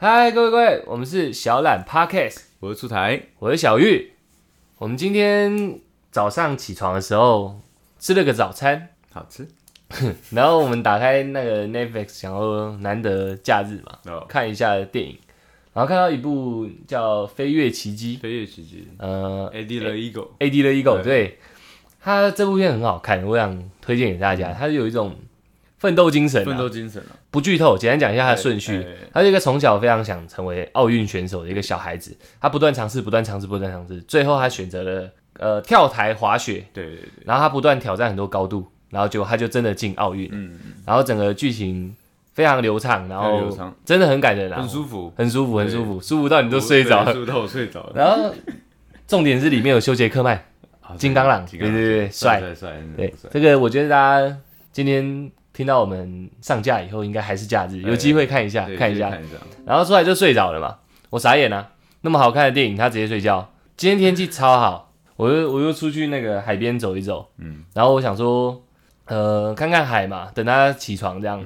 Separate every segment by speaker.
Speaker 1: 嗨，各位各位，我们是小懒 Podcast，
Speaker 2: 我是出台，
Speaker 1: 我是小玉。我们今天早上起床的时候吃了个早餐，
Speaker 2: 好吃
Speaker 1: 然后我们打开那个 Netflix，想要难得假日嘛，
Speaker 2: 哦，
Speaker 1: 看一下电影，然后看到一部叫《飞跃奇迹》，
Speaker 2: 飞跃奇迹
Speaker 1: 呃
Speaker 2: ，AD 了 Eagle，
Speaker 1: ，AD 的 Ego，
Speaker 2: 对
Speaker 1: 对，它这部片很好看，我想推荐给大家。它有一种奋斗精神、啊，
Speaker 2: 奋斗精神啊，
Speaker 1: 不剧透，简单讲一下他的顺序
Speaker 2: 哎哎哎。
Speaker 1: 他是一个从小非常想成为奥运选手的一个小孩子，他不断尝试，不断尝试，不断尝试，最后他选择了呃跳台滑雪，
Speaker 2: 对对对，
Speaker 1: 然后他不断挑战很多高度，然后就他就真的进奥运了。
Speaker 2: 嗯，
Speaker 1: 然后整个剧情非常流畅，然
Speaker 2: 非常
Speaker 1: 后
Speaker 2: 流畅
Speaker 1: 真的很感人啊，
Speaker 2: 很舒服，
Speaker 1: 很舒服，很
Speaker 2: 对
Speaker 1: 舒服，舒服到你都睡着
Speaker 2: 对
Speaker 1: 了。
Speaker 2: 舒服到我睡着了，
Speaker 1: 然后重点是里面有修杰克 曼，
Speaker 2: 啊
Speaker 1: 金刚狼，对
Speaker 2: 金
Speaker 1: 对
Speaker 2: 刚狼，
Speaker 1: 对，对帅
Speaker 2: 帅。帅帅，真的
Speaker 1: 对
Speaker 2: 帅，
Speaker 1: 这个我觉得大家今天听到我们上架以后，应该还是假日，有机会看一下，
Speaker 2: 对
Speaker 1: 看
Speaker 2: 可
Speaker 1: 一
Speaker 2: 以
Speaker 1: 下。
Speaker 2: 看一下，
Speaker 1: 然后出来就睡着了嘛，我傻眼啊！那么好看的电影，他直接睡觉。今天天气超好，我又我又出去那个海边走一走，
Speaker 2: 嗯，
Speaker 1: 然后我想说，呃，看看海嘛，等他起床这样。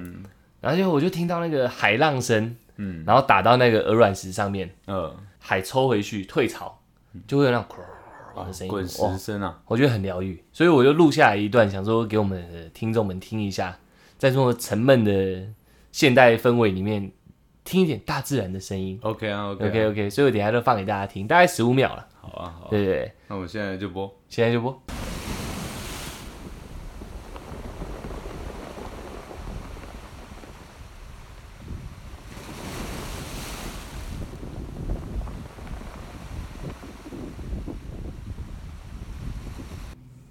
Speaker 1: 然后就我就听到那个海浪声，
Speaker 2: 嗯，
Speaker 1: 然后打到那个鹅卵石上面，
Speaker 2: 呃，
Speaker 1: 海抽回去退潮，就会有那种哐的声音
Speaker 2: 嗯滚，
Speaker 1: 哇
Speaker 2: 石声啊，
Speaker 1: 我觉得很疗愈，所以我就录下来一段，想说给我们的听众们听一下，在这么沉闷的现代氛围里面，听一点大自然的声音。
Speaker 2: ，OK 啊 OK 啊
Speaker 1: OK OK，所以我等一下就放给大家听，大概十五秒了，
Speaker 2: 好啊好啊，
Speaker 1: 对对对，
Speaker 2: 那我现在就播，
Speaker 1: 现在就播。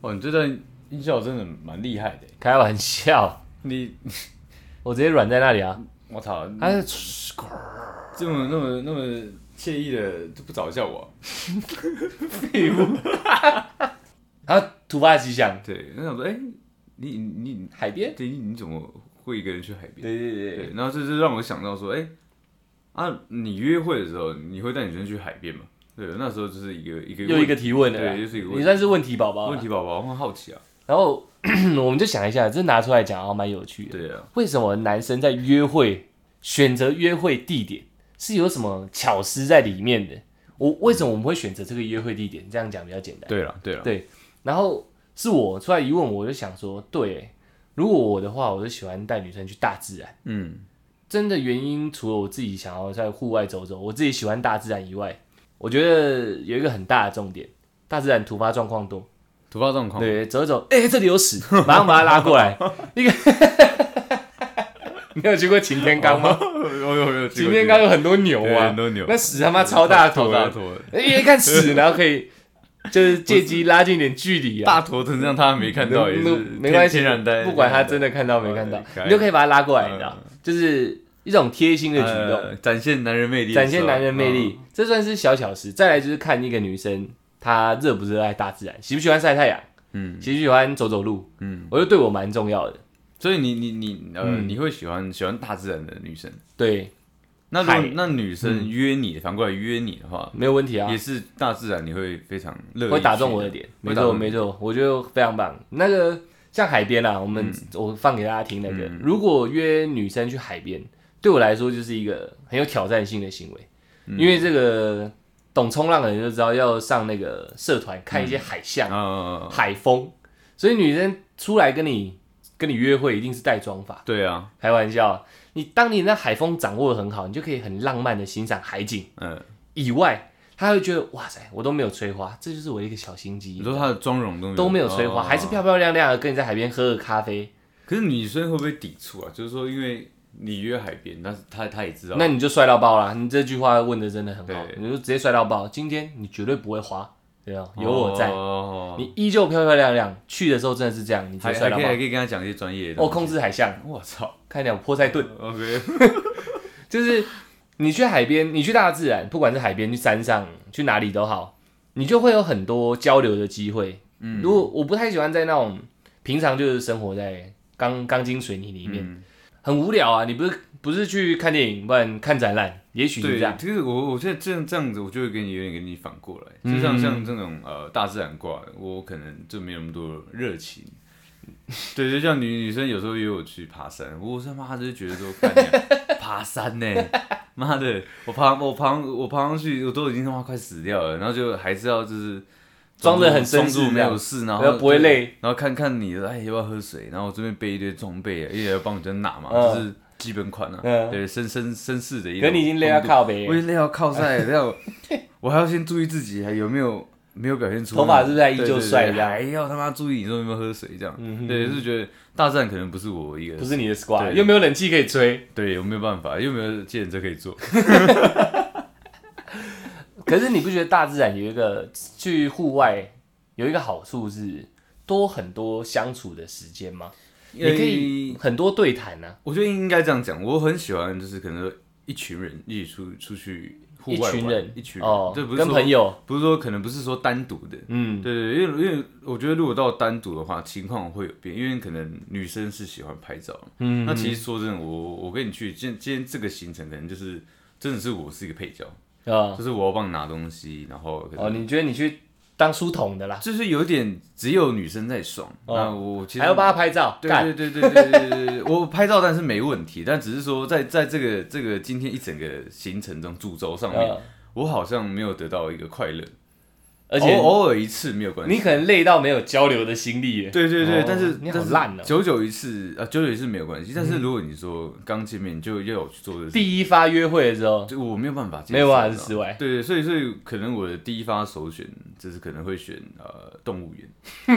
Speaker 2: 哦，你这段音效真的蛮厉害的，
Speaker 1: 开玩笑，
Speaker 2: 你，
Speaker 1: 我直接软在那里啊！
Speaker 2: 我操，
Speaker 1: 它是
Speaker 2: 这么那么那么惬意的就不找一下我啊，
Speaker 1: 它突发奇想，
Speaker 2: 对，那想说，哎，你你你
Speaker 1: 海边。
Speaker 2: 对，你怎么会一个人去海边？
Speaker 1: 对对
Speaker 2: 对，，然后这就让我想到说，哎、啊，你约会的时候，你会带女生去海边吗？对，那时候就是一个一个
Speaker 1: 又一个提问了啦，
Speaker 2: 对又是一个问题
Speaker 1: 你算是问题宝宝
Speaker 2: 问
Speaker 1: 啦。
Speaker 2: 题宝宝，我很好奇啊。
Speaker 1: 然后 我们就想一下，这拿出来讲，还蛮有趣的。
Speaker 2: 对啊，
Speaker 1: 为什么男生在约会选择约会地点是有什么巧思在里面的？我为什么我们会选择这个约会地点？这样讲比较简单。
Speaker 2: 对了，对了，
Speaker 1: 对然后是我出来一问，我就想说，对欸，如果我的话，我就喜欢带女生去大自然。
Speaker 2: 嗯，
Speaker 1: 真的原因，除了我自己想要在户外走走，我自己喜欢大自然以外，我觉得有一个很大的重点，大自然突发状况多。
Speaker 2: 突发状况，
Speaker 1: 对，走一走，哎、这里有屎，马上把它拉过 来。那个，你有去过擎天岗吗？
Speaker 2: 哦我 有有
Speaker 1: 擎天岗有很多牛
Speaker 2: 对
Speaker 1: 啊
Speaker 2: 很，多牛，
Speaker 1: 那屎他妈超大坨
Speaker 2: 大
Speaker 1: 的，
Speaker 2: 坨，
Speaker 1: 哎、一看屎，然后可以就是借机拉近一点距离啊。
Speaker 2: 大坨成这样，他还没看到也是
Speaker 1: 没
Speaker 2: 天
Speaker 1: 没关系
Speaker 2: 天然呆，
Speaker 1: 不管他真的看到没看到
Speaker 2: 哦，可以嗯
Speaker 1: 你就可以把他拉过来，你知道，就是一种贴心的
Speaker 2: 天然呆
Speaker 1: 举动，
Speaker 2: 呃展现男人魅力的时候，
Speaker 1: 展现男人魅
Speaker 2: 嗯
Speaker 1: 力，这算是小巧思。再来就是看一个女生她热不热爱大自然，喜不喜欢晒太阳，
Speaker 2: 嗯，
Speaker 1: 喜不喜欢走走路，
Speaker 2: 嗯，
Speaker 1: 我觉得对我蛮重要的。
Speaker 2: 嗯。所以你你你呃，
Speaker 1: 嗯
Speaker 2: 你会喜欢喜欢大自然的女生？
Speaker 1: 对，
Speaker 2: 那如
Speaker 1: 海
Speaker 2: 果那女生约你，反过来约你的话，
Speaker 1: 没有问题嗯啊
Speaker 2: 也，是大自然，你会非常乐意去
Speaker 1: 会打中我的点，没
Speaker 2: 会打
Speaker 1: 错
Speaker 2: 中
Speaker 1: 没错，我觉得非常棒。那个像海边啊，我们、
Speaker 2: 嗯
Speaker 1: 我放给大家听那个，如果约女生去海边，对我来说就是一个很有挑战性的行为，
Speaker 2: 嗯
Speaker 1: 因为这个懂冲浪的人就知道要上那个社团看一些海象、
Speaker 2: 啊，
Speaker 1: 海风，所以女生出来跟你跟你约会一定是带妆法，
Speaker 2: 对啊，
Speaker 1: 开玩笑。你当你那海风掌握的很好，你就可以很浪漫的欣赏海景
Speaker 2: 嗯，
Speaker 1: 以外，她会觉得哇塞，我都没有吹花，这就是我的一个小心机。
Speaker 2: 你说她的妆容都
Speaker 1: 都没有催化，
Speaker 2: 哦
Speaker 1: 还是漂漂亮亮的跟你在海边喝个咖啡，
Speaker 2: 可是女生会不会抵触啊？就是说，因为你约海边，但是她她也知道，
Speaker 1: 那你就帅到爆啦！你这句话问的真的很好，
Speaker 2: 啊对
Speaker 1: 你就直接帅到爆。今天你绝对不会花，对啊，有我在，
Speaker 2: 哦
Speaker 1: 你依旧漂漂亮亮。去的时候真的是这样，你直
Speaker 2: 还
Speaker 1: 接
Speaker 2: 还
Speaker 1: 帅
Speaker 2: 可
Speaker 1: 到
Speaker 2: 以
Speaker 1: 爆
Speaker 2: 还。可以跟她讲一些专业的。
Speaker 1: 哦，控，制海象，
Speaker 2: 我操
Speaker 1: 看两波塞顿，
Speaker 2: ，OK，
Speaker 1: 就是你去海边，你去大自然，不管是海边、去山上、去哪里都好，你就会有很多交流的机会。嗯，如果我不太喜欢在那种平常就是生活在钢钢筋水泥里面，
Speaker 2: 嗯
Speaker 1: 很无聊啊！你不是不是去看电影，不然看展览，也许是
Speaker 2: 对
Speaker 1: 这样，。
Speaker 2: 其实我我现在这样这样子，我就会跟你有点跟你反过来，就像
Speaker 1: 嗯
Speaker 2: 像这种呃大自然挂，我可能就没有那么多热情。 对，就像女女生有时候约我去爬山，我他妈就觉得说，干娘啊 爬山呢、妈的，我爬我爬我爬上去，我都已经他妈快死掉了，然后就还是要就是
Speaker 1: 装得很
Speaker 2: 松
Speaker 1: 绅士
Speaker 2: 住没
Speaker 1: 这
Speaker 2: 有
Speaker 1: 样
Speaker 2: 事，然
Speaker 1: 然
Speaker 2: 后
Speaker 1: 后不会累，
Speaker 2: 然后看看你的，哎要不要喝水，然后我这边备一堆装备，一人要帮你在拿嘛，
Speaker 1: 嗯
Speaker 2: 就是基本款啊，
Speaker 1: 嗯
Speaker 2: 对绅绅绅士的一种风度。
Speaker 1: 可你已经累到靠北
Speaker 2: 我，已经累到靠晒了，这样我还要先注意自己还有没有没有表现出
Speaker 1: 头发是不是还依旧
Speaker 2: 对对对
Speaker 1: 帅这样嗯
Speaker 2: 还要他妈注意你说有没有喝水这样。对，就是觉得大战可能不是我一个
Speaker 1: 不，是你的 squad，
Speaker 2: 对
Speaker 1: 又没有冷气可以吹。
Speaker 2: 对，我没有办法，又没有健身车可以坐。
Speaker 1: 可是你不觉得大自然有一个去户外有一个好处是多很多相处的时间吗？你可以
Speaker 2: 呃，
Speaker 1: 很多对谈啊呢、
Speaker 2: 我觉得应该这样讲，我很喜欢，就是可能说一群人一起出出去户
Speaker 1: 一
Speaker 2: 外玩，
Speaker 1: 群人，
Speaker 2: 一群人，
Speaker 1: 哦
Speaker 2: 这不，是
Speaker 1: 跟
Speaker 2: 说
Speaker 1: 朋友，
Speaker 2: 不是说可能不是说单独的，
Speaker 1: 嗯，
Speaker 2: 对对，对因为因为我觉得如果到单独的话，情况会有变，因为可能女生是喜欢拍照，嗯，那其实说真的，我我跟你去，今今天这个行程可能就是真的是我是一个配角，
Speaker 1: 啊、
Speaker 2: 就是我要帮你拿东西，然后可能、
Speaker 1: 哦，你觉得你去当书童的啦，
Speaker 2: 就是有点只有女生在爽，
Speaker 1: 哦
Speaker 2: 那我其实
Speaker 1: 还要帮他拍照，
Speaker 2: 对
Speaker 1: 干，
Speaker 2: 对对对对对对对，我拍照但是没问题，但只是说在在这个这个今天一整个行程中主轴上面，
Speaker 1: 呃
Speaker 2: 我好像没有得到一个快乐，
Speaker 1: 而且
Speaker 2: 偶偶尔一次没有关系，
Speaker 1: 你可能累到没有交流的心力了。
Speaker 2: 对对对，
Speaker 1: 哦
Speaker 2: 但是
Speaker 1: 你好
Speaker 2: 但是
Speaker 1: 烂哦嗯
Speaker 2: 久久一次啊，久久一次没有关系。但是如果你说刚见面就要我去做的事，
Speaker 1: 第一发约会的时候，
Speaker 2: 就我没有办法接受，
Speaker 1: 没有办
Speaker 2: 你
Speaker 1: 法
Speaker 2: 知道吗
Speaker 1: 室 外，
Speaker 2: 对对，所以所以可能我的第一发首选就是可能会选呃动物园，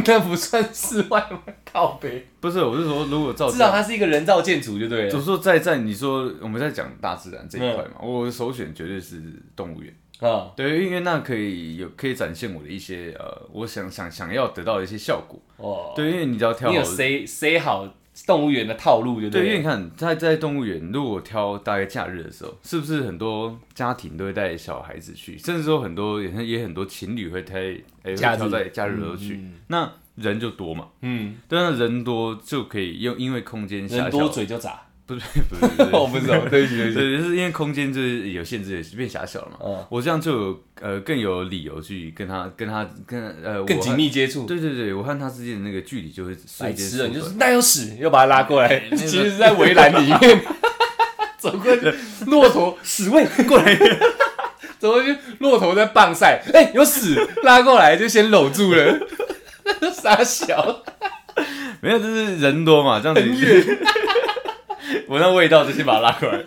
Speaker 1: 那不算室外吗？靠北，
Speaker 2: 不是，我是说如果 照
Speaker 1: 至少
Speaker 2: 样，
Speaker 1: 它是一个人造建筑就对
Speaker 2: 就
Speaker 1: 了。
Speaker 2: 是说在在你说我们在讲大自然这
Speaker 1: 嗯
Speaker 2: 一块嘛，我的首选绝对是动物园。
Speaker 1: 啊、
Speaker 2: 对，因为那可以有可以展现我的一些呃，我想想想要得到的一些效果。
Speaker 1: 哦，
Speaker 2: 对，因为你只要挑
Speaker 1: 你
Speaker 2: 好
Speaker 1: 有塞塞好动物园的套路就
Speaker 2: 对，因为
Speaker 1: 对
Speaker 2: 你
Speaker 1: 了。
Speaker 2: 看，在在动物园，如果挑大概假日的时候，是不是很多家庭都会带小孩子去，甚至说很多也也很多情侣会带，哎、会
Speaker 1: 假日
Speaker 2: 挑在假日的时候去，那人就多嘛，
Speaker 1: 嗯，
Speaker 2: 对，那人多就可以用，因为空间狭
Speaker 1: 人
Speaker 2: 小，
Speaker 1: 多嘴就 杂。
Speaker 2: 不是不是，不是
Speaker 1: 我不知道，对不起，对不
Speaker 2: 对，
Speaker 1: 起。
Speaker 2: 就是因为空间就是有限制，变狭小了嘛。
Speaker 1: 嗯
Speaker 2: 我这样就有呃更有理由去跟他跟他跟呃
Speaker 1: 更紧。密接触
Speaker 2: 我和，对对对，我和他之间的那个距离就会
Speaker 1: 白
Speaker 2: 瞬间
Speaker 1: 痴了，啊
Speaker 2: 缩
Speaker 1: 你就
Speaker 2: 短
Speaker 1: 是那有屎，又把它拉过来，
Speaker 2: 那个
Speaker 1: 其实是在围栏里面哎 走过去， 骆驼屎味过来，走过去，骆驼在棒晒，哎、有屎，拉过来就先搂住了，傻小，
Speaker 2: 没有，就是人多嘛，这样子。闻到味道就先把它拉过来。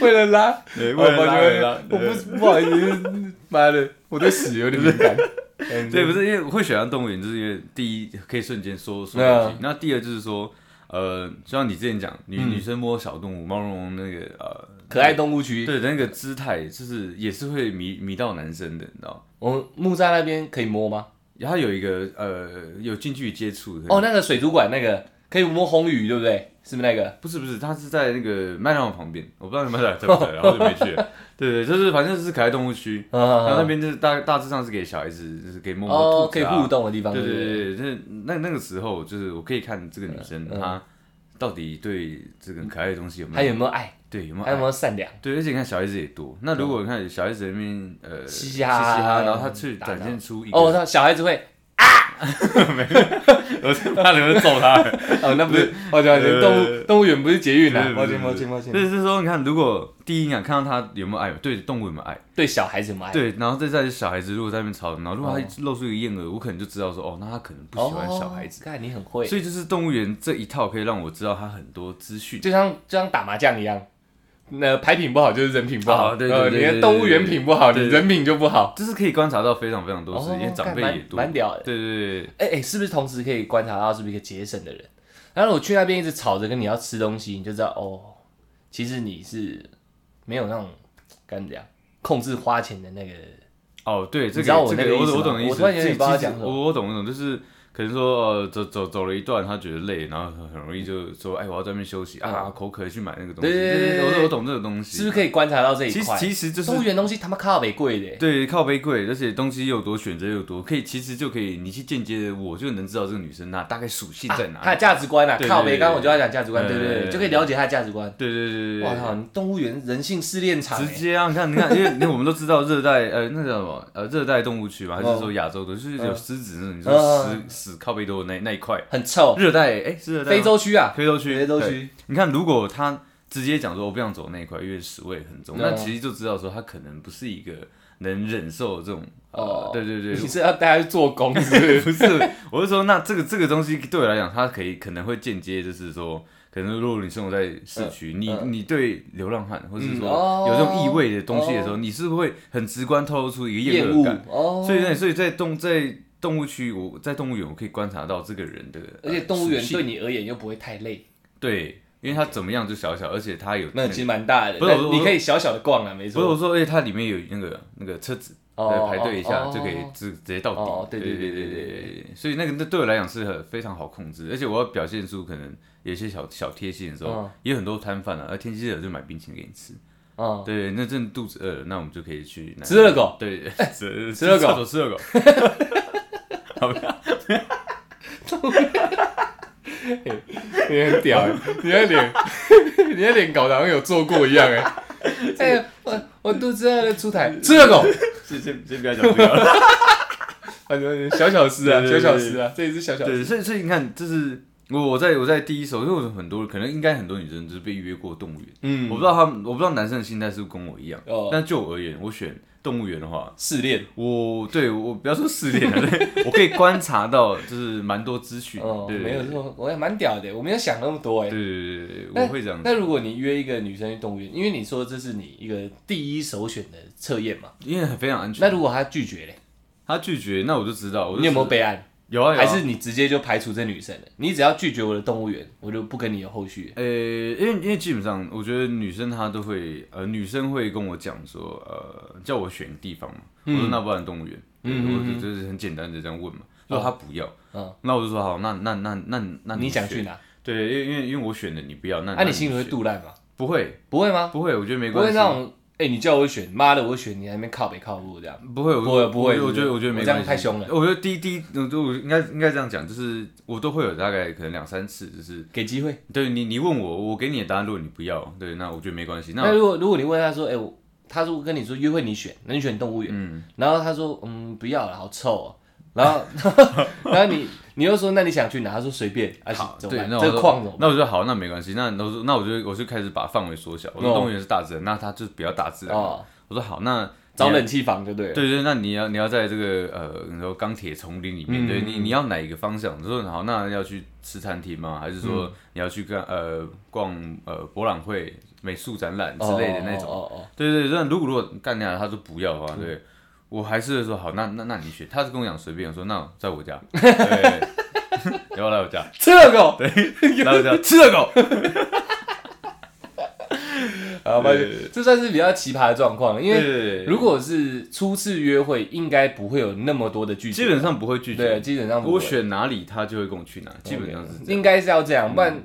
Speaker 1: 为了拉，
Speaker 2: 对
Speaker 1: 我
Speaker 2: 为了拉为了拉
Speaker 1: 哦我不不好意思，妈的，我对屎有点敏感，嗯
Speaker 2: 对，不是因为我会选到动物园，就是因为第一可以瞬间缩缩
Speaker 1: 对啊嗯
Speaker 2: 进去，那第二就是说，呃，就像你之前讲，女、女生摸小动物，毛茸茸那个呃，
Speaker 1: 可爱动物区，
Speaker 2: 对那个姿态，就是也是会迷迷到男生的，你知道吗。
Speaker 1: 我们木栅那边可以摸吗？
Speaker 2: 它有一个呃有近距离接触的
Speaker 1: 哦，，那个水族馆那个可以摸红鱼，对不对？是不是那个？
Speaker 2: 不是不是，它是在那个麦当劳旁边，我不知道你麦当劳在不在，然后就没去了。 对对，就是反正就是可爱动物区，
Speaker 1: 嗯
Speaker 2: 然后那
Speaker 1: 嗯，嗯
Speaker 2: 边就是大大致上是给小孩子，就是给摸摸
Speaker 1: 哦，
Speaker 2: 兔
Speaker 1: 可
Speaker 2: 子
Speaker 1: 以
Speaker 2: 啊、
Speaker 1: 互动的地方，
Speaker 2: 对
Speaker 1: 不
Speaker 2: 对对对，那那那个时候就是我可以看这个女生、
Speaker 1: 嗯
Speaker 2: 她到底对这个可爱的东西有没
Speaker 1: 还
Speaker 2: 有
Speaker 1: 有没有爱？
Speaker 2: 对有没有
Speaker 1: 还有没
Speaker 2: 爱
Speaker 1: 有善良？
Speaker 2: 对，而且你看小孩子也多，那如果你看小孩子在那边呃
Speaker 1: 嘻嘻
Speaker 2: 嘻
Speaker 1: 哈哈
Speaker 2: 哈，然后他去
Speaker 1: 打闹
Speaker 2: 展现出一个，
Speaker 1: 哦，我知道小孩子 会，啊
Speaker 2: 我是怕你们揍他。
Speaker 1: 哦，那不是，抱歉抱歉，
Speaker 2: 呃
Speaker 1: 动物动物园不是捷运啊，
Speaker 2: 不
Speaker 1: 抱歉
Speaker 2: 是不是
Speaker 1: 抱歉抱歉
Speaker 2: 就。是说，你看，如果第一眼看到他有没有爱，对动物有没有爱，
Speaker 1: 对小孩子有没有爱？
Speaker 2: 对，然后再再小孩子如果在那边吵，然后如果
Speaker 1: 哦
Speaker 2: 他露出一个厌恶，我可能就知道说，哦，那他可能不
Speaker 1: 哦，
Speaker 2: 喜欢小孩子。
Speaker 1: 看你很会，
Speaker 2: 所以就是动物园这一套可以让我知道他很多资讯。
Speaker 1: 就像就像打麻将一样，那牌品不好就是人品不好，
Speaker 2: 哦对对对
Speaker 1: 呃
Speaker 2: 对
Speaker 1: 你
Speaker 2: 对
Speaker 1: 的
Speaker 2: 对
Speaker 1: 动物园品不好，你
Speaker 2: 对对
Speaker 1: 人品就不好。
Speaker 2: 就是可以观察到非常非常多事，因为
Speaker 1: 哦
Speaker 2: 长
Speaker 1: 干
Speaker 2: 辈
Speaker 1: 蛮
Speaker 2: 也多，
Speaker 1: 蛮屌的。
Speaker 2: 对对对，
Speaker 1: 哎哎，是不是同时可以观察到是不是一个节省的人？然后我去那边一直吵着跟你要吃东西，你就知道哦，其实你是没有那种该怎么讲控制花钱的那个
Speaker 2: 哦对，这
Speaker 1: 你知道
Speaker 2: 个
Speaker 1: 我
Speaker 2: 这
Speaker 1: 那个
Speaker 2: 个
Speaker 1: 意思吗
Speaker 2: 我我懂的意
Speaker 1: 我
Speaker 2: 思，
Speaker 1: 突然有点
Speaker 2: 这
Speaker 1: 不知道
Speaker 2: 其实
Speaker 1: 讲什么
Speaker 2: 我我懂我懂，就是可能说呃走走走了一段，他觉得累，然后很很容易就说哎我要在那边休息啊，口渴去买那个东
Speaker 1: 嗯
Speaker 2: 西，
Speaker 1: 对对对对
Speaker 2: 我
Speaker 1: 对
Speaker 2: 我懂这个东西，
Speaker 1: 是不是可以观察到这一
Speaker 2: 其
Speaker 1: 块
Speaker 2: 实？其实就是
Speaker 1: 动物园东西他妈靠北贵的，啊
Speaker 2: 对靠背贵，而且东西又多，选择又多，可以其实就可以你去间接的，我就能知道这个女生那大概属性在哪
Speaker 1: 他的
Speaker 2: 里，
Speaker 1: 价值观啊，
Speaker 2: 对对
Speaker 1: 靠北，
Speaker 2: 对
Speaker 1: 刚刚我就要讲价值观，对
Speaker 2: 对
Speaker 1: 对对，
Speaker 2: 对
Speaker 1: 就可以了解他的价值观。
Speaker 2: 对对对对对
Speaker 1: 哇，靠，你动物园人性试炼场欸，
Speaker 2: 直接啊！你看，你看，因为因为我们都知道热带呃那叫什么呃热带动物区嘛，还是说亚洲的，就是有狮子那种，你说
Speaker 1: 嗯
Speaker 2: 死死靠背多的那那一块，
Speaker 1: 很臭，
Speaker 2: 热带哎是热带吗
Speaker 1: 非洲区啊，
Speaker 2: 非洲区
Speaker 1: 非洲，
Speaker 2: 对
Speaker 1: 区
Speaker 2: 你看如果它直接讲说我不想走那一块，因为屎味很重，
Speaker 1: 对啊
Speaker 2: 那其实就知道说他可能不是一个能忍受这种。
Speaker 1: 哦
Speaker 2: 呃，对对对，
Speaker 1: 你是要带他去做工是 不是？
Speaker 2: 不是，我是说，那这个这个东西对我来讲，它可以可能会间接就是说，可能如果你生活在市区，你、
Speaker 1: 嗯
Speaker 2: 你对流浪汉或是
Speaker 1: 嗯
Speaker 2: 说
Speaker 1: 哦
Speaker 2: 有这种异味的东西的时候，你是不是会很直观透露出一个
Speaker 1: 厌
Speaker 2: 恶
Speaker 1: 恶
Speaker 2: 感？
Speaker 1: 哦，
Speaker 2: 所以呢，所以在动在动物区，我在动物园我可以观察到这个人的，
Speaker 1: 而且动物
Speaker 2: 呃
Speaker 1: 园
Speaker 2: 属
Speaker 1: 对
Speaker 2: 性
Speaker 1: 你而言又不会太累，
Speaker 2: 对，因为它怎么样就小小，而且它有
Speaker 1: 那
Speaker 2: 那
Speaker 1: 其
Speaker 2: 个。
Speaker 1: 实蛮大的，
Speaker 2: 不是
Speaker 1: 但
Speaker 2: 我
Speaker 1: 你可以小小的逛啊，没
Speaker 2: 不是我
Speaker 1: 错。
Speaker 2: 说，而且哎它里面有那个那个车子，对，
Speaker 1: 哦
Speaker 2: 排队一下
Speaker 1: 哦
Speaker 2: 就可以直直接到底。
Speaker 1: 哦对对对
Speaker 2: 对
Speaker 1: 对
Speaker 2: 对对对。所以那个那对我来讲是很非常好控制，而且我要表现出可能有一些小小贴心的时候
Speaker 1: 嗯，
Speaker 2: 也有很多摊贩啊，而天气热就买冰淇淋给你吃。
Speaker 1: 哦，
Speaker 2: 对，那真的肚子饿了，那我们就可以去拿
Speaker 1: 吃热狗。哎
Speaker 2: 对，对吃
Speaker 1: 吃热狗
Speaker 2: 厕所吃热狗。
Speaker 1: 你很屌 欸，你的 脸，你的脸搞得好像有做过一样
Speaker 2: 欸
Speaker 1: 哎。 哎呀，我我肚子饿了，出台吃热狗，
Speaker 2: 先先先不要讲这个。
Speaker 1: 反正小小事啊，
Speaker 2: 对
Speaker 1: 小
Speaker 2: 对对
Speaker 1: 小事啊，这也是小小事。
Speaker 2: 对，所以所以你看，就是我我在我在第一手，因为我有很多可能应该很多女生就是被约过动物园，
Speaker 1: 嗯
Speaker 2: 我不知道他们，我不知道男生的心态是不是跟我一样
Speaker 1: 哦。
Speaker 2: 但就我而言，我选动物园的话，
Speaker 1: 试炼，
Speaker 2: 我对我不要说失恋了， 对我可以观察到就是蛮多资讯，
Speaker 1: 哦，
Speaker 2: 对，
Speaker 1: 没有
Speaker 2: 对
Speaker 1: 错，我也蛮屌的，我没有想那么多哎。
Speaker 2: 对对对，
Speaker 1: 那
Speaker 2: 我会这样，
Speaker 1: 那如果你约一个女生去动物园，因为你说这是你一个第一首选的测验嘛，
Speaker 2: 因为非常安
Speaker 1: 那
Speaker 2: 全。
Speaker 1: 如果她拒绝嘞，
Speaker 2: 他拒绝，那我就知道，我就
Speaker 1: 你有没有
Speaker 2: 知
Speaker 1: 备案？
Speaker 2: 有啊？有啊
Speaker 1: 还是你直接就排除这女生了？你只要拒绝我的动物园，我就不跟你有后续了。
Speaker 2: 呃，因为因为基本上，我觉得女生她都会，呃，女生会跟我讲说，呃，叫我选地方嘛。我说那不然动物园，嗯，我就就是很简单的这样问嘛。如果她不要，
Speaker 1: 嗯
Speaker 2: 那我就说好，那那那那那
Speaker 1: 你想
Speaker 2: 选
Speaker 1: 去？哪？
Speaker 2: 对，因为因为因为我选的你不要，那
Speaker 1: 那、你心里会
Speaker 2: 选
Speaker 1: 杜烂吗？
Speaker 2: 不会
Speaker 1: 不会吗？
Speaker 2: 不会？我觉得没
Speaker 1: 不
Speaker 2: 关
Speaker 1: 会
Speaker 2: 系，
Speaker 1: 那种，哎、你叫我选，妈的，我选你还没靠北靠路这样。
Speaker 2: 不会，我
Speaker 1: 不会不会
Speaker 2: 我我觉得我觉得
Speaker 1: 我
Speaker 2: 没
Speaker 1: 这样
Speaker 2: 关系
Speaker 1: 太凶了
Speaker 2: 我觉得第一第一，我就我应该应该这样讲，就是我都会有大概可能两三次，就是
Speaker 1: 给机会。
Speaker 2: 对你你问我，我给你的答案，如果你不要，对，那我觉得没关系。
Speaker 1: 那
Speaker 2: 那
Speaker 1: 如果如果你问他说，哎、我他如果跟你说约会你选，那你选动物园，然后他说，嗯，不要了，好臭哦、然 后然后你你又说，那你想去哪？他说随便，啊，
Speaker 2: 好，
Speaker 1: 怎么
Speaker 2: 对，
Speaker 1: 办？
Speaker 2: 那我
Speaker 1: 这个
Speaker 2: 说
Speaker 1: 框怎么办？
Speaker 2: 那我说好，那没关系。那那我说那我就我就开始把范围缩小。我
Speaker 1: 哦
Speaker 2: 说动物园是大自然，那它就是比较大自然。
Speaker 1: 哦，
Speaker 2: 我说好，那
Speaker 1: 找冷气房就对了。
Speaker 2: 对对，那你要你要在这个呃，你说钢铁丛林里
Speaker 1: 嗯
Speaker 2: 面，对你你要哪一个方向？你说好，那要去吃餐厅吗？还是说
Speaker 1: 嗯
Speaker 2: 你要去干呃逛呃博览会、美术展览之类的那种？
Speaker 1: 哦哦哦
Speaker 2: 对对，对那如果如果干掉他说不要的话，对我还是会说好，那那那你选。他是跟我讲随便，我说那在我家，对， 要不要来 我家？
Speaker 1: 吃热狗。
Speaker 2: 来我家吃热狗。
Speaker 1: 啊，抱歉
Speaker 2: 对对，
Speaker 1: 这算是比较奇葩的状况，因为
Speaker 2: 对
Speaker 1: 如果是初次约会，应该不会有那么多的拒绝，
Speaker 2: 基本上不会拒
Speaker 1: 对，
Speaker 2: 绝，
Speaker 1: 基本上不
Speaker 2: 我
Speaker 1: 会，
Speaker 2: 选哪里他就会跟我去哪，基本上是这样。
Speaker 1: 应该是要这样，不然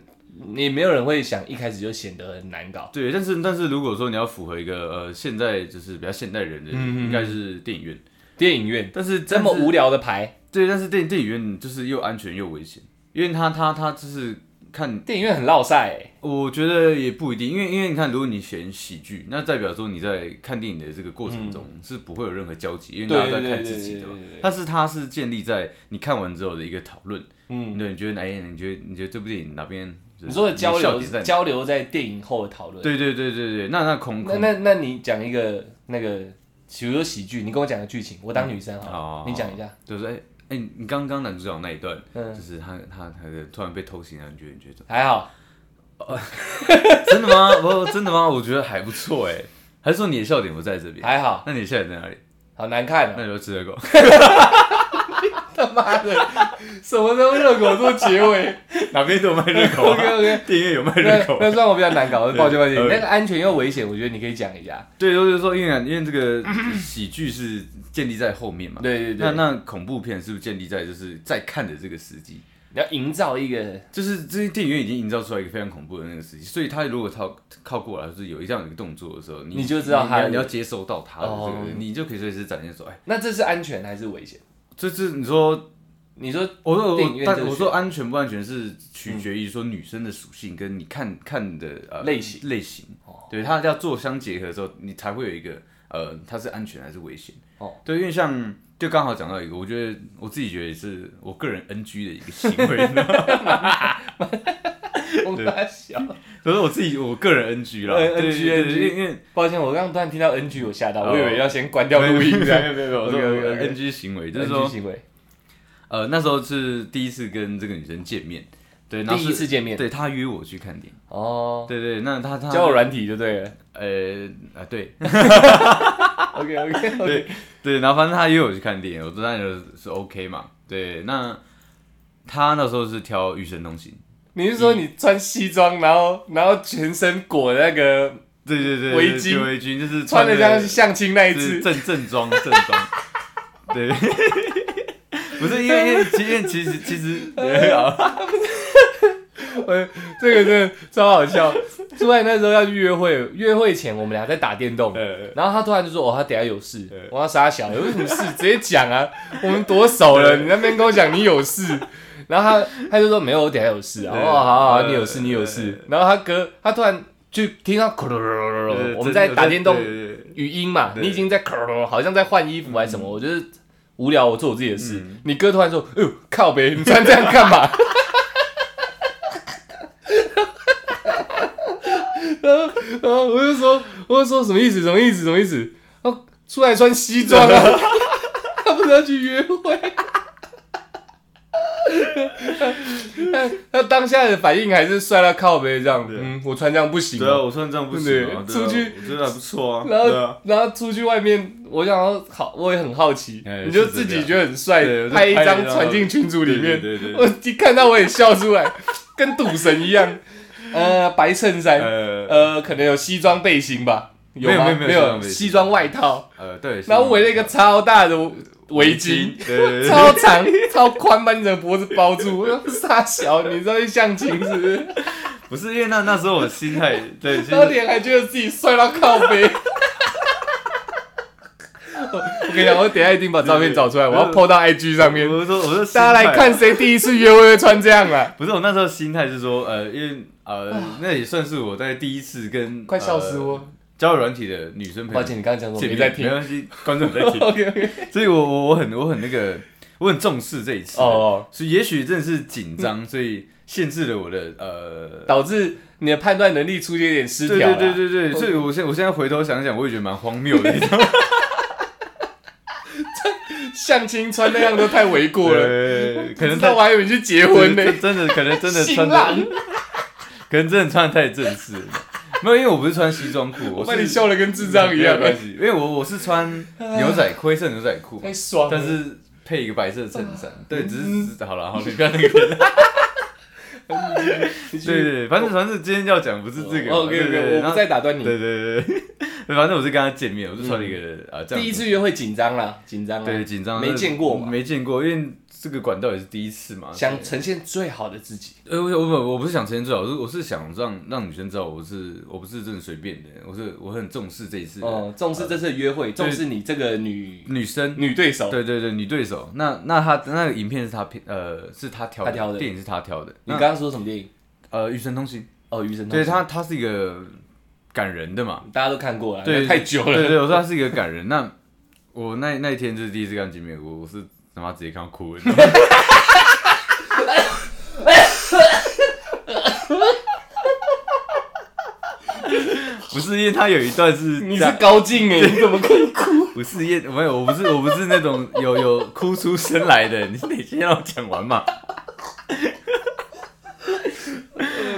Speaker 1: 你没有人会想一开始就显得很难搞。
Speaker 2: 对，但是但是如果说你要符合一个呃现在就是比较现代人的，应该是电影院。
Speaker 1: 电影院
Speaker 2: 但是
Speaker 1: 嗯这么
Speaker 2: 但是
Speaker 1: 无聊的牌，
Speaker 2: 对，但是电电影院就是又安全又危险，因为他他他就是看，
Speaker 1: 电影院很落晒、欸，
Speaker 2: 我觉得也不一定，因为因为你看，如果你选喜剧，那代表说你在看电影的这个过程中是不会有任何交集，因为大家
Speaker 1: 嗯对
Speaker 2: 都
Speaker 1: 对
Speaker 2: 在看
Speaker 1: 对
Speaker 2: 自
Speaker 1: 对
Speaker 2: 己的
Speaker 1: 对
Speaker 2: 嘛
Speaker 1: 对对对。
Speaker 2: 但是它是建立在你看完之后的一个讨论，
Speaker 1: 嗯，
Speaker 2: 对，你觉得哎，你觉得你觉得这部电影哪边就是
Speaker 1: 你说的交
Speaker 2: 笑
Speaker 1: 流
Speaker 2: 点在哪
Speaker 1: 交流在电影后的讨论，
Speaker 2: 对对对对对，那那空
Speaker 1: 那
Speaker 2: 空
Speaker 1: 那那你讲一个那个，比如说喜剧，你跟我讲个剧情，我当女生好了，
Speaker 2: 哦
Speaker 1: 你讲一下，
Speaker 2: 就是哎哎、你刚刚男主角那一段，
Speaker 1: 嗯
Speaker 2: 就是他他他的突然被偷袭，然后你觉得你觉得
Speaker 1: 还好，
Speaker 2: 真的吗？不真的吗？我觉得还不错哎、还是说你的笑点不在这边？
Speaker 1: 还好，
Speaker 2: 那你的笑点在哪里？
Speaker 1: 好难看、哦。
Speaker 2: 那你就吃热狗。
Speaker 1: 他妈的， 什么都热狗做结尾
Speaker 2: 哪边都有卖热 狗、
Speaker 1: ？OK
Speaker 2: 啊？
Speaker 1: OK，
Speaker 2: 电影院有卖
Speaker 1: 那
Speaker 2: 热狗。啊
Speaker 1: 那算我比较难搞，抱歉抱歉。
Speaker 2: 对
Speaker 1: 那个安全又危险，我觉得你可以讲一下。
Speaker 2: 对，就是说，因为啊因为这个喜剧是建立在后面嘛。
Speaker 1: 对对
Speaker 2: 那
Speaker 1: 对，
Speaker 2: 那恐怖片是不是建立在就是在看的这个时机？
Speaker 1: 你要营造一个
Speaker 2: 就是这些电影院已经营造出来一个非常恐怖的那个时期，所以他如果靠靠过来，就是有一这样一个动作的时候，你
Speaker 1: 你就知道
Speaker 2: 你
Speaker 1: 他
Speaker 2: 你要你要接收到他的这个，
Speaker 1: 哦
Speaker 2: 你就可以随时展现说，哎，
Speaker 1: 那这是安全还是危险？
Speaker 2: 这这你说，
Speaker 1: 你说
Speaker 2: 我说
Speaker 1: 电影
Speaker 2: 我
Speaker 1: 院这
Speaker 2: 但
Speaker 1: 个
Speaker 2: 我说安全不安全是取决于说女生的属性跟你看看的呃
Speaker 1: 嗯类型哦
Speaker 2: 类型，对，它要做相结合的时候，你才会有一个呃，它是安全还是危险。
Speaker 1: 哦，
Speaker 2: 对，因为像就刚好讲到一个，我觉 得我自己觉得也是我个人 NG 的一个行为。
Speaker 1: 公大小。
Speaker 2: 可是我自己我个人 NG
Speaker 1: 嗯
Speaker 2: 啦对
Speaker 1: NG
Speaker 2: 对对
Speaker 1: NG
Speaker 2: 因为
Speaker 1: 抱歉，我刚刚突然听到 NG，我吓到，
Speaker 2: 哦
Speaker 1: 我以为要先关掉录音这样。
Speaker 2: 没有没有我
Speaker 1: OK，OK，OK
Speaker 2: 说 NG 行为，就是
Speaker 1: NG
Speaker 2: 说
Speaker 1: 行为，
Speaker 2: 呃那时候是第一次跟这个女生见面，对，然后
Speaker 1: 第
Speaker 2: 是
Speaker 1: 一次见面
Speaker 2: 对她约我去看电影，
Speaker 1: 哦，
Speaker 2: 对对，那她她
Speaker 1: 交友软体就对 了。
Speaker 2: 呃啊对
Speaker 1: OK OK OK，
Speaker 2: 对，然后反正她约我去看电影，我当然就是是 OK 嘛，对，那她那时候是挑《与神同行》，
Speaker 1: 你是说你穿西装，然后然后全身裹那个，
Speaker 2: 对对对，
Speaker 1: 围
Speaker 2: 对
Speaker 1: 巾
Speaker 2: 围巾就是
Speaker 1: 穿的
Speaker 2: 着
Speaker 1: 像是相亲那一次？
Speaker 2: 是正正装正装，对， 不是因为因为其实其实 其实对啊，
Speaker 1: 呃， 这个真的超好笑。朱爱那时候要去约会，约会前我们俩在打电动，
Speaker 2: 呃
Speaker 1: 然后他突然就说：“哦，他等一下有事
Speaker 2: 对。”
Speaker 1: 我要傻小，有什么事直接讲啊！我们多熟了，你那边跟我讲你有事，然后他他就说：“没有，我等一下有事啊。”哦，
Speaker 2: 对
Speaker 1: 好好好，
Speaker 2: 对
Speaker 1: 你有事，你有
Speaker 2: 对
Speaker 1: 事
Speaker 2: 对。
Speaker 1: 然后他哥他突然就听到咕噜噜噜噜噜，我们在打电动
Speaker 2: 对对对
Speaker 1: 语音嘛，
Speaker 2: 对
Speaker 1: 你已经在咕噜噜噜，好像在换衣服还是什么，我就是无聊，我做我自己的事
Speaker 2: 嗯。
Speaker 1: 你哥突然说：“哎呦，靠呗，你穿这样干嘛？” 然后我就说，我就说什么意思？什么意思？什么意思？他说出来穿西装 啊，他不是要去约会。 他他当下的反应还是摔到靠背这样，
Speaker 2: 对
Speaker 1: 嗯，我穿这样不行
Speaker 2: 对
Speaker 1: 哦、
Speaker 2: 啊，我穿这样不行啊，
Speaker 1: 对
Speaker 2: 对啊
Speaker 1: 出去
Speaker 2: 我觉得还不错啊，
Speaker 1: 然
Speaker 2: 对啊
Speaker 1: 后，然后出去外面，我想要好，我也很好奇
Speaker 2: 哎，
Speaker 1: 你就是自
Speaker 2: 这
Speaker 1: 己
Speaker 2: 样
Speaker 1: 觉得很帅
Speaker 2: 对我，就
Speaker 1: 拍一
Speaker 2: 拍了
Speaker 1: 张
Speaker 2: 一张
Speaker 1: 传进群组里面，
Speaker 2: 对对对
Speaker 1: 我
Speaker 2: 对
Speaker 1: 一看到我也笑出来，跟赌神一样。呃，白衬衫，
Speaker 2: 呃
Speaker 1: 呃，可能有西装背心吧？
Speaker 2: 没有
Speaker 1: 吗
Speaker 2: 没有没有
Speaker 1: 没
Speaker 2: 西装背心
Speaker 1: 西装外套，
Speaker 2: 呃对，
Speaker 1: 然后围了一个超大的围巾，，
Speaker 2: 对对对
Speaker 1: 超长、超宽，把你的脖子包住。我说傻小，你这是相亲是不是？
Speaker 2: 不是因为那那时候我心态对，其
Speaker 1: 然后
Speaker 2: 实
Speaker 1: 脸还觉得自己帅到靠背。 我我跟你讲，我等一下一定把照片找出来，我要 po 到 IG 上面，
Speaker 2: 我是说我说
Speaker 1: 大家来看谁第一次约会会穿这样啊！
Speaker 2: 不是我那时候心态是说，呃，因为呃，那也算是我在第一次跟
Speaker 1: 快笑死！我
Speaker 2: 呃！交友软体的女生朋友
Speaker 1: 抱歉，你刚刚讲什么？
Speaker 2: 见
Speaker 1: 没
Speaker 2: 面
Speaker 1: 在
Speaker 2: 没
Speaker 1: 听。
Speaker 2: 关系，观众有在听，
Speaker 1: OK OK。
Speaker 2: 所以我我我很我很那个，我很重视这一次，
Speaker 1: 哦哦，
Speaker 2: 所以也许真的是紧张，所以限制了我的呃，
Speaker 1: 导致你的判断能力出现一点失
Speaker 2: 对
Speaker 1: 调
Speaker 2: 对
Speaker 1: 啦。
Speaker 2: 对对对，所以我现在我现在回头想想，我也觉得蛮荒谬的，你知道吗？
Speaker 1: 相亲穿那样都太为过了，
Speaker 2: 对可能
Speaker 1: 知道
Speaker 2: 太
Speaker 1: 我还以为你去结婚呢。
Speaker 2: 真真的可能真的穿
Speaker 1: 新
Speaker 2: 的
Speaker 1: 郎，，
Speaker 2: 可能真的穿的太正式了，没有，因为我不是穿西装裤，
Speaker 1: 我
Speaker 2: 我
Speaker 1: 把
Speaker 2: 是
Speaker 1: 你笑的跟智障一样
Speaker 2: 没有。关系，因为我我是穿牛仔裤，灰色牛仔裤，
Speaker 1: 太爽了！
Speaker 2: 但是配一个白色的衬衫，
Speaker 1: 哦
Speaker 2: 对，只
Speaker 1: 嗯
Speaker 2: 是只好了，好，你不要 那个人，
Speaker 1: 你去
Speaker 2: 对对，对反正反正今天要讲不是这个嘛，
Speaker 1: OK
Speaker 2: 对对对
Speaker 1: 哦 OK，我
Speaker 2: 然
Speaker 1: 不
Speaker 2: 后
Speaker 1: 再打断你。
Speaker 2: 对对对对， 对反正我是跟他见面，我就穿了一个啊，这样
Speaker 1: 第一次约会紧张啦，紧张啦，
Speaker 2: 对紧张，
Speaker 1: 哦没见过嘛
Speaker 2: 没见过，因为这个管道也是第一次嘛，
Speaker 1: 想呈现最好的自己。
Speaker 2: 呃，我我我不是想呈现最好，我是我是想让让女生知道我是我不是真的随便的，我是我很重视这一次的
Speaker 1: 嗯，重视这次的约会，重视你这个女
Speaker 2: 女生，
Speaker 1: 女对手。嗯
Speaker 2: 对对对，女对手。那那他那个影片是他片，呃，是他挑的，
Speaker 1: 他挑的
Speaker 2: 电影是他挑的。
Speaker 1: 你
Speaker 2: 那
Speaker 1: 刚刚说什么电影？
Speaker 2: 呃，《与神同行
Speaker 1: 哦，《余生》。》
Speaker 2: 对，他，他是一个感人的嘛。
Speaker 1: 大家都看过了，
Speaker 2: 对
Speaker 1: 太久
Speaker 2: 对
Speaker 1: 了。
Speaker 2: 对，我说他是一个感人。那我那那一天就是第一次跟他见面，我我是他妈直接看到哭了。你知道吗 不是因为他有一段是
Speaker 1: 你是
Speaker 2: 这样
Speaker 1: 高进哎，你怎么可以哭？
Speaker 2: 不是因为没有，我不是我不是那种有有哭出声来的，你得先让我讲完嘛。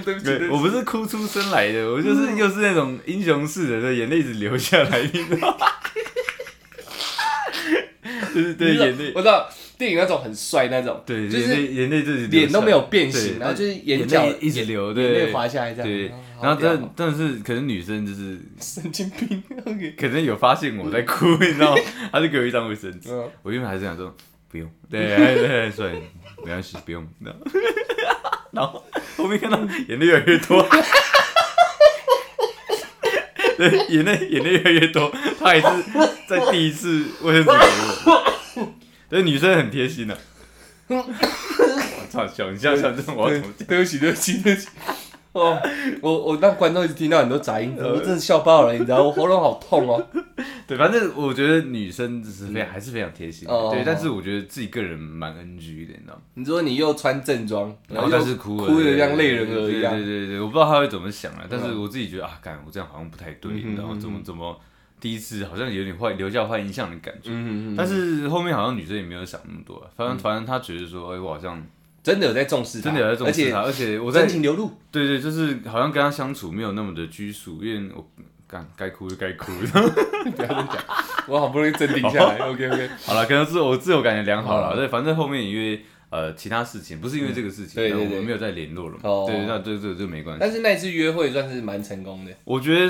Speaker 1: 对不起，
Speaker 2: 对，
Speaker 1: 对
Speaker 2: 我
Speaker 1: 不起
Speaker 2: 不是哭出声来的，我
Speaker 1: 嗯
Speaker 2: 就是又是那种英雄式的，对眼泪一直流下来，你知道吗？ 就是对
Speaker 1: 你知道
Speaker 2: 眼泪，
Speaker 1: 我知道电影那种很帅那种，
Speaker 2: 对
Speaker 1: 就
Speaker 2: 眼
Speaker 1: 是
Speaker 2: 泪眼泪就是
Speaker 1: 脸都没有变形，
Speaker 2: 对
Speaker 1: 然后就是眼
Speaker 2: 眼
Speaker 1: 角
Speaker 2: 泪一直流，
Speaker 1: 眼
Speaker 2: 对
Speaker 1: 泪滑下来这样。
Speaker 2: 对
Speaker 1: 哦，好
Speaker 2: 然后
Speaker 1: 屌
Speaker 2: 但但是可能女生就是
Speaker 1: 神经病。OK，
Speaker 2: 可能有发现我在哭，你知道吗？她就给我一张卫生纸，
Speaker 1: 嗯，
Speaker 2: 我原本还是想说不用，对，还是还是算了没关系，不用。然后然后后面看到眼泪越来越多，对，眼泪眼泪越来越多，他还是在第一次卫生纸给我。对，女生很贴心的、啊。我操，想一下，想这种我要
Speaker 1: 对
Speaker 2: 怎么讲？
Speaker 1: 对不起，对不起，对不起。
Speaker 2: 呃
Speaker 1: 哦，我我让观众一直听到很多杂音，我真的笑爆了，你知道，我喉咙好痛哦。
Speaker 2: 对，嗯反正我觉得女生只是非常还是非常贴心的，
Speaker 1: 哦
Speaker 2: 对，但是我觉得自己个人蛮 NG 的，你知道吗？
Speaker 1: 你说你又穿正装，
Speaker 2: 然
Speaker 1: 后
Speaker 2: 后
Speaker 1: 又
Speaker 2: 但是哭了，
Speaker 1: 哭的
Speaker 2: 对
Speaker 1: 像泪人儿一样嗯
Speaker 2: 对，对对对，我不知道他会怎么想啊，但是我自己觉得啊，感我这样好像不太对，你知道吗？怎么怎么第一次好像有点坏，留下坏印象的感觉。
Speaker 1: 嗯嗯嗯，嗯
Speaker 2: 但是后面好像女生也没有想那么多啊，反正反正她觉得说，哎，我好像
Speaker 1: 真的有在重视他，
Speaker 2: 真的有在重视她，
Speaker 1: 啊而
Speaker 2: 而且我
Speaker 1: 且
Speaker 2: 在
Speaker 1: 真情流露，
Speaker 2: 对对，就是好像跟她相处没有那么的拘束，因为我干该哭就该 哭。
Speaker 1: 我好不容易镇定下来，OK OK，
Speaker 2: 好了，可能是我自我感觉
Speaker 1: 嗯
Speaker 2: 良好了。对，反正后面因为呃其他事情，不是因为这个事情，
Speaker 1: 对对
Speaker 2: 那我
Speaker 1: 对
Speaker 2: 们没有再联络了嘛。
Speaker 1: 哦
Speaker 2: 对，那对对这没关系。
Speaker 1: 但是那次约会算是蛮成功的，
Speaker 2: 我觉得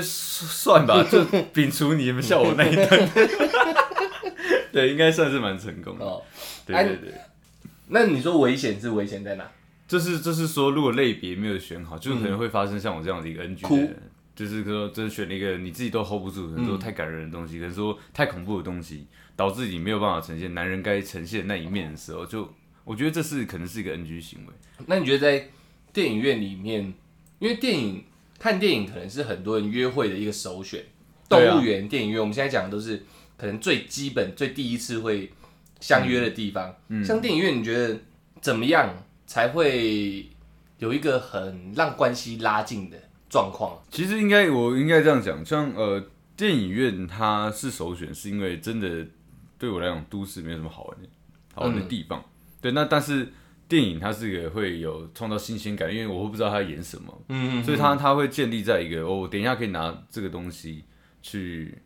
Speaker 2: 算吧，就摒除你们笑我那一段， 对，应该算是蛮成功的。
Speaker 1: 哦，
Speaker 2: 对对对，
Speaker 1: 那你说危险是危险在哪？
Speaker 2: 就是就是说，如果类别没有选好，就是可能会发生像我这样的一个 NG 的
Speaker 1: 哭
Speaker 2: 人，就是说真的选了一个你自己都 hold 不住，可能说太感人的东西，可能说太恐怖的东西，导致你没有办法呈现男人该呈现的那一面的时候，就我觉得这是可能是一个 NG 行为。
Speaker 1: 那你觉得在电影院里面，因为电影看电影可能是很多人约会的一个首选，动
Speaker 2: 对啊
Speaker 1: 物园、电影院，我们现在讲的都是可能最基本、最第一次会相约的地方。像电影院，你觉得怎么样才会有一个很让关系拉近的状况？
Speaker 2: 其实应该我应该这样讲，像呃电影院它是首选，是因为真的对我来讲，都市没有什么好玩的好玩的地方。对，那但是电影它是一个会有创造新鲜感，因为我会不知道它演什么，
Speaker 1: 嗯，
Speaker 2: 所以它它会建立在一个、哦、我等一下可以拿这个东西去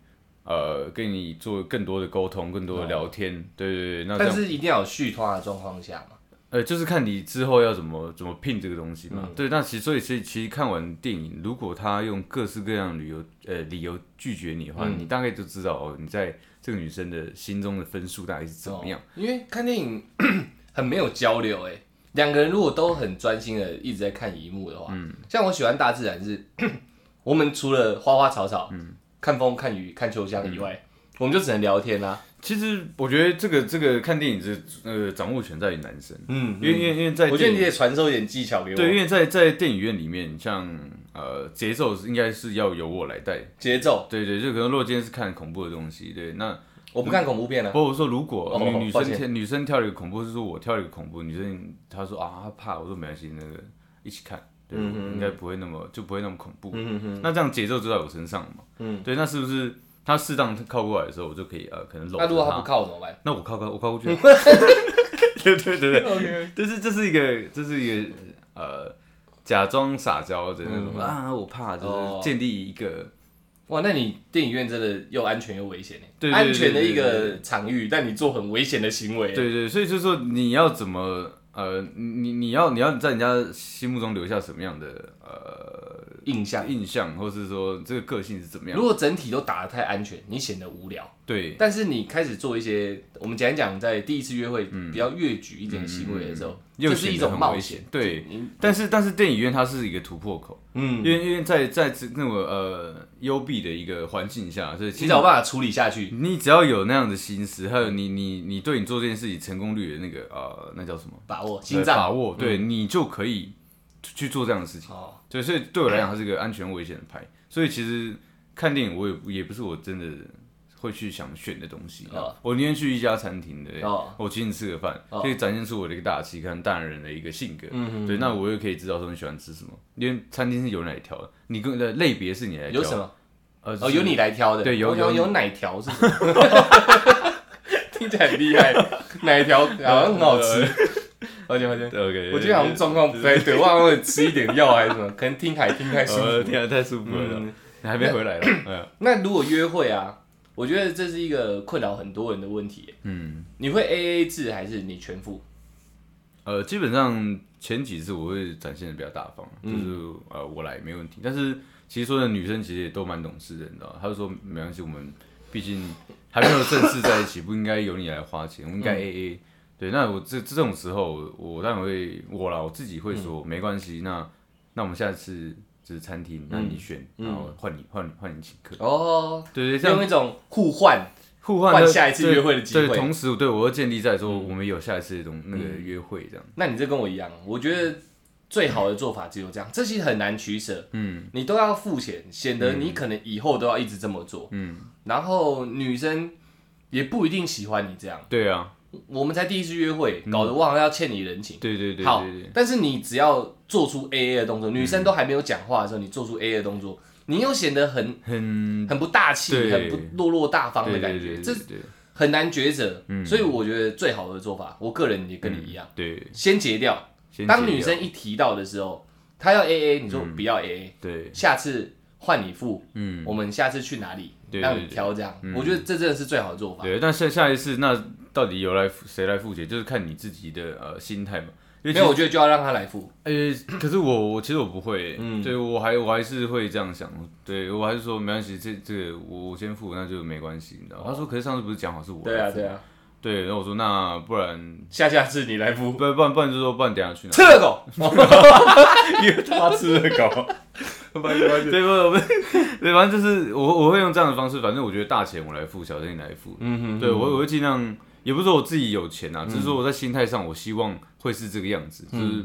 Speaker 2: 呃跟你做更多的沟通，更多的聊天。对对对，那这
Speaker 1: 但
Speaker 2: 样
Speaker 1: 是一定要有续托的状况下嘛。
Speaker 2: 呃，就是看你之后要怎么怎么拼这个东西嘛。
Speaker 1: 嗯
Speaker 2: 对，那其实所以所以其实看完电影，如果他用各式各样的理由呃理由拒绝你的
Speaker 1: 嗯
Speaker 2: 话，你大概就知道哦，你在这个女生的心中的分数大概是怎么样。
Speaker 1: 哦因为看电影 很没有交流、欸，哎，两个人如果都很专心的一直在看荧幕的话，
Speaker 2: 嗯
Speaker 1: 像我喜欢大自然是， 我们除了花花草草、
Speaker 2: 嗯
Speaker 1: 看风、看雨、看秋香以外，我们就只能聊天啦、啊
Speaker 2: 其实我觉得这个这个看电影是呃掌握权在于男生，
Speaker 1: 嗯
Speaker 2: 因，为因为因为
Speaker 1: 我
Speaker 2: 在
Speaker 1: 觉得
Speaker 2: 电
Speaker 1: 你
Speaker 2: 影
Speaker 1: 得传授一点技巧给
Speaker 2: 对，
Speaker 1: 我，
Speaker 2: 因为在在电影院里面，像呃节奏是应该是要由我来带。
Speaker 1: 节奏，
Speaker 2: 对对，就可能若今天是看恐怖的东西，对，那
Speaker 1: 我不
Speaker 2: 嗯
Speaker 1: 看恐怖片啊，
Speaker 2: 不，我说如果
Speaker 1: 哦
Speaker 2: 女女
Speaker 1: 抱
Speaker 2: 生
Speaker 1: 歉
Speaker 2: 挑女生挑了一个恐怖，是说我挑了一个恐怖，女生她说啊她怕，我说没关系，那个一起看，对，应该不会那么就不会那么恐怖。
Speaker 1: 嗯
Speaker 2: 那这样节奏就在我身上嘛，嗯，对，那是不是她适当靠过来的时候，我就可以呃可能搂
Speaker 1: 那
Speaker 2: 着
Speaker 1: 如果他不嗯
Speaker 2: 她，
Speaker 1: 靠我怎么办？
Speaker 2: 那我靠靠我靠过去， 对对对对，这是这是一个这是一个呃假装撒娇的那种啊我怕，就是
Speaker 1: 嗯哦
Speaker 2: 建立一个。
Speaker 1: 哇，那你电影院真的又安全又危险呢、欸
Speaker 2: 对对对
Speaker 1: 安全的一
Speaker 2: 对对
Speaker 1: 个场域，但你做很危险的行为、欸
Speaker 2: 对对，所以就是说你要怎么呃，你你要你要在人家心目中留下什么样的呃
Speaker 1: 印象。
Speaker 2: 印象，或是说这个个性是怎么
Speaker 1: 哎
Speaker 2: 样
Speaker 1: 如？果整体都打得太安全，你显得无聊。
Speaker 2: 对，
Speaker 1: 但是你开始做一些，我们讲一讲在第一次约会
Speaker 2: 嗯
Speaker 1: 比较越矩一点的行为的时候，
Speaker 2: 又
Speaker 1: 这是一
Speaker 2: 显得
Speaker 1: 种
Speaker 2: 很
Speaker 1: 冒
Speaker 2: 危
Speaker 1: 险。
Speaker 2: 对
Speaker 1: 你，
Speaker 2: 但是但是电影院它是一个突破口，
Speaker 1: 嗯，
Speaker 2: 因为因为在在这那种呃幽闭的一个环境下，所以
Speaker 1: 你
Speaker 2: 其实
Speaker 1: 找办法处理下去。
Speaker 2: 你只要有那样的心思，还有你你你对你做这件事情成功率的那个呃那叫什么呃
Speaker 1: 把握心
Speaker 2: 把
Speaker 1: 脏嗯
Speaker 2: 握，对你就可以去做这样的事情。
Speaker 1: 哦，
Speaker 2: 对，所以对我来讲，它是一个安全危险的牌。所以其实看电影，我也也不是我真的会去想选的东西。啊
Speaker 1: 哦
Speaker 2: 我宁愿去一家餐厅，对不对？
Speaker 1: 哦
Speaker 2: 我请你吃个饭，
Speaker 1: 哦嗯
Speaker 2: 可以展现出我的一个大气，看大人的一个性格。对，那我也可以知道说你喜欢吃什么，因为餐厅是有人来挑的，你跟的类别是你来挑。
Speaker 1: 有什？么？
Speaker 2: 呃，就
Speaker 1: 哦，
Speaker 2: 是
Speaker 1: 由你来挑的。
Speaker 2: 对有
Speaker 1: 哦有
Speaker 2: 有
Speaker 1: 有奶条是 什么？听起来很 厉害，奶条好像很好吃。抱歉抱歉，
Speaker 2: OK，
Speaker 1: 我觉得好像状况不太对，我好像有吃一点药还是 什么，可能听海听太舒
Speaker 2: 呃，
Speaker 1: 服。
Speaker 2: 天啊，太舒服了，
Speaker 1: 嗯
Speaker 2: 你还没 回来了。哎呀
Speaker 1: 那如果约会啊，我觉得这是一个困扰很多人的问题耶。
Speaker 2: 嗯，
Speaker 1: 你会 A A 制还是你全付？
Speaker 2: 呃，基本上前几次我会展现的比较大方，
Speaker 1: 嗯
Speaker 2: 就是呃我来没问题。但是其实说的女生其实也都蛮懂事的，你知道吗，她就说没关系，我们毕竟还没有正式在一起，不应该由你来花钱，我们应
Speaker 1: 嗯
Speaker 2: 该 A A。对，那我这这种时候，我当然会我啦，我自己会
Speaker 1: 嗯
Speaker 2: 说、没关系，那那我们下次就是餐厅，那你选，
Speaker 1: 嗯
Speaker 2: 然后换你换你换你请客。
Speaker 1: 哦，
Speaker 2: 对对，这样
Speaker 1: 用一种互换，
Speaker 2: 互换
Speaker 1: 换
Speaker 2: 的
Speaker 1: 下一次
Speaker 2: 对
Speaker 1: 约会的机
Speaker 2: 对，
Speaker 1: 会嗯
Speaker 2: 同时对我又建立在说我们有下一次的那种那个约会这样。
Speaker 1: 那你这跟我一样，我觉得最好的做法只有这样，这些很难取舍。嗯，你都要付钱，显得
Speaker 2: 嗯
Speaker 1: 你可能以后都要一直这么做。嗯，然后女生也不一定喜欢你这样。
Speaker 2: 对啊，
Speaker 1: 我们才第一次约会，搞得我好像要欠你人情。
Speaker 2: 嗯对对对
Speaker 1: 好
Speaker 2: 对对，，嗯
Speaker 1: 但是你只要做出 A A 的动作，女生都还没有讲话的时候，你做出 A A 的动作，你又显得很
Speaker 2: 很
Speaker 1: 很不大气，
Speaker 2: 对
Speaker 1: 很不落落大方的
Speaker 2: 对
Speaker 1: 感
Speaker 2: 对
Speaker 1: 觉，
Speaker 2: 对，
Speaker 1: 这
Speaker 2: 对
Speaker 1: 很难抉择。
Speaker 2: 嗯
Speaker 1: 所以我觉得最好的做法，我个人也跟你一样，
Speaker 2: 对，
Speaker 1: 先结掉。
Speaker 2: 嗯先
Speaker 1: 当
Speaker 2: 解
Speaker 1: 女
Speaker 2: 掉
Speaker 1: 生一提到的时候，她要 A A，你说不要 A A，
Speaker 2: 对，
Speaker 1: 下次换你付，
Speaker 2: 嗯，
Speaker 1: 我们下次去哪里
Speaker 2: 对
Speaker 1: 让
Speaker 2: 对
Speaker 1: 你
Speaker 2: 对
Speaker 1: 挑这样。我觉得这真的是最好的做法。
Speaker 2: 对，但下下一次那到底由来付谁来付钱，就是看你自己的呃心态嘛。因为
Speaker 1: 没
Speaker 2: 其
Speaker 1: 有，
Speaker 2: 实
Speaker 1: 我觉得就要让她来付。
Speaker 2: 呃、可是我我其实我不会，欸
Speaker 1: 嗯
Speaker 2: 对我还我还是会这样想，对我还是说没关系，这这个我我先付，那就没关系，你知道吗？他说，可是上次不是讲好是我
Speaker 1: 哦对
Speaker 2: 来
Speaker 1: 啊，
Speaker 2: 付
Speaker 1: 对啊，
Speaker 2: 对，然后我说那不然
Speaker 1: 下下次你来付
Speaker 2: 不。然不然不然就说不然等一下去哪？
Speaker 1: 吃了狗，
Speaker 2: 因为他吃了 狗。 对不， 我们对，反正就是我我会用这样的方式，反正我觉得大钱我来付，小钱你来付。
Speaker 1: 嗯哼，
Speaker 2: 对我我会尽量，也不是说我自己有钱啊，只是说我在心态上，我希望会是这个样子，就是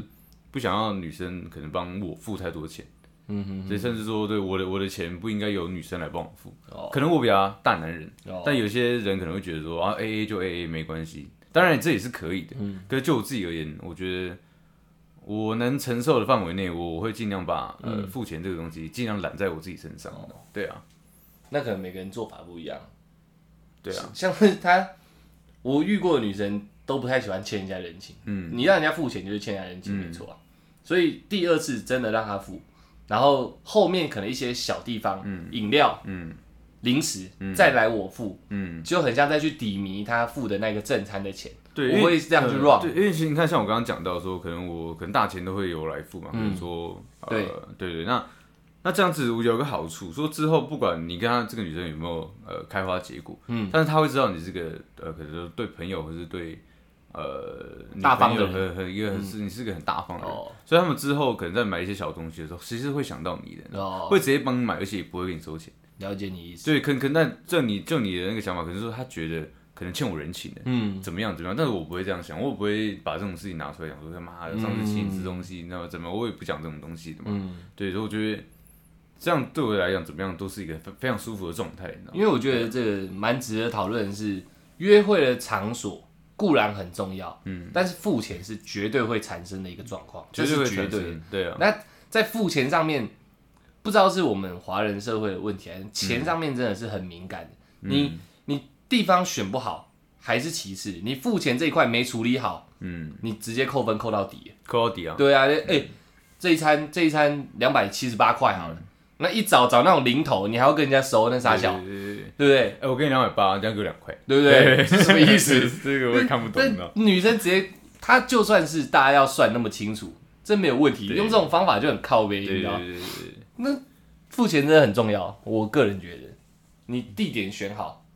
Speaker 2: 不想要女生可能帮我付太多钱，
Speaker 1: 嗯哼，
Speaker 2: 所以甚至说对我的我的钱不应该由女生来帮我付
Speaker 1: 哦，
Speaker 2: 可能我比较大男人，
Speaker 1: 哦
Speaker 2: 但有些人可能会觉得说啊 A A 就 A A 没关系，当然这也是可以的，
Speaker 1: 嗯
Speaker 2: 可是就我自己而言，我觉得。我能承受的范围内，我我会尽量把
Speaker 1: 嗯
Speaker 2: 呃付钱这个东西尽量揽在我自己身上。
Speaker 1: 哦
Speaker 2: 对啊，
Speaker 1: 那可能每个人做法不一样。
Speaker 2: 对啊，
Speaker 1: 像是她，我遇过的女生都不太喜欢欠人家人情。嗯，你让人家付钱就是欠人家人情，
Speaker 2: 嗯
Speaker 1: 没错啊。所以第二次真的让她付，然后后面可能一些小地方，饮料，
Speaker 2: 嗯
Speaker 1: 零食，再来我付，
Speaker 2: 嗯，
Speaker 1: 就很像再去抵迷她付的那个正餐的钱。
Speaker 2: 对，
Speaker 1: 我
Speaker 2: 因为
Speaker 1: 会这样去
Speaker 2: 呃
Speaker 1: run
Speaker 2: 对，因为其实你看，像我刚刚讲到说，可能我可能大钱都会由来付嘛，比如说，
Speaker 1: 嗯
Speaker 2: 呃
Speaker 1: 对，
Speaker 2: 对对，那那这样子我有个好处，说之后不管你跟她这个女生有没有呃开花结果，嗯，但是她会知道你这个呃，可能说对朋友或是对呃女
Speaker 1: 大方的
Speaker 2: 朋
Speaker 1: 嗯
Speaker 2: 友很很一个很是你是个很大方的人
Speaker 1: 哦，
Speaker 2: 所以他们之后可能在买一些小东西的时候，其实会想到你的，
Speaker 1: 哦，
Speaker 2: 会直接帮你买，而且也不会给你收钱。
Speaker 1: 了解你意思。
Speaker 2: 对，可可那这你就你的那个想法，可能说他觉得可能欠我人情的，
Speaker 1: 嗯，
Speaker 2: 怎么样怎么样，但是我不会这样想，我也不会把这种事情拿出来讲说他妈的上次请你吃东西，
Speaker 1: 嗯
Speaker 2: 你知道吗怎么，我也不讲这种东西的嘛。对，所以我觉得这样对我来讲怎么样都是一个非非常舒服的状态，你知道吗？
Speaker 1: 因为我觉得这个蛮值得讨论的是，约会的场所固然很重要，嗯，但是付钱是绝对会产生的一个状况，这
Speaker 2: 对
Speaker 1: 是
Speaker 2: 会
Speaker 1: 绝
Speaker 2: 产
Speaker 1: 对的。
Speaker 2: 生，对啊，
Speaker 1: 那在付钱上面，不知道是我们华人社会的问题，还是
Speaker 2: 嗯
Speaker 1: 钱上面真的是很敏感的。你你地方选不好还是其次，你付钱这一块没处理好，
Speaker 2: 嗯，
Speaker 1: 你直接扣分扣到底。
Speaker 2: 扣到底啊，
Speaker 1: 对啊，哎、这一餐这一餐两百七十八块好了，
Speaker 2: 嗯
Speaker 1: 那一早找那种零头，你还要跟人家收，那傻小，
Speaker 2: 对对对对对
Speaker 1: 对不对？
Speaker 2: 哎，我给你两百八，这样给我两块，
Speaker 1: 对不对？是什么意
Speaker 2: 这
Speaker 1: 思？
Speaker 2: 这个我也看不懂
Speaker 1: 这
Speaker 2: 的。
Speaker 1: 女生直接，她就算是大家要算那么清楚，这没有问题，
Speaker 2: 对
Speaker 1: 用这种方法就很靠背，你
Speaker 2: 对对
Speaker 1: 知道吗
Speaker 2: 对对对，
Speaker 1: 付钱真的很重要，我个人觉得，你地点选好，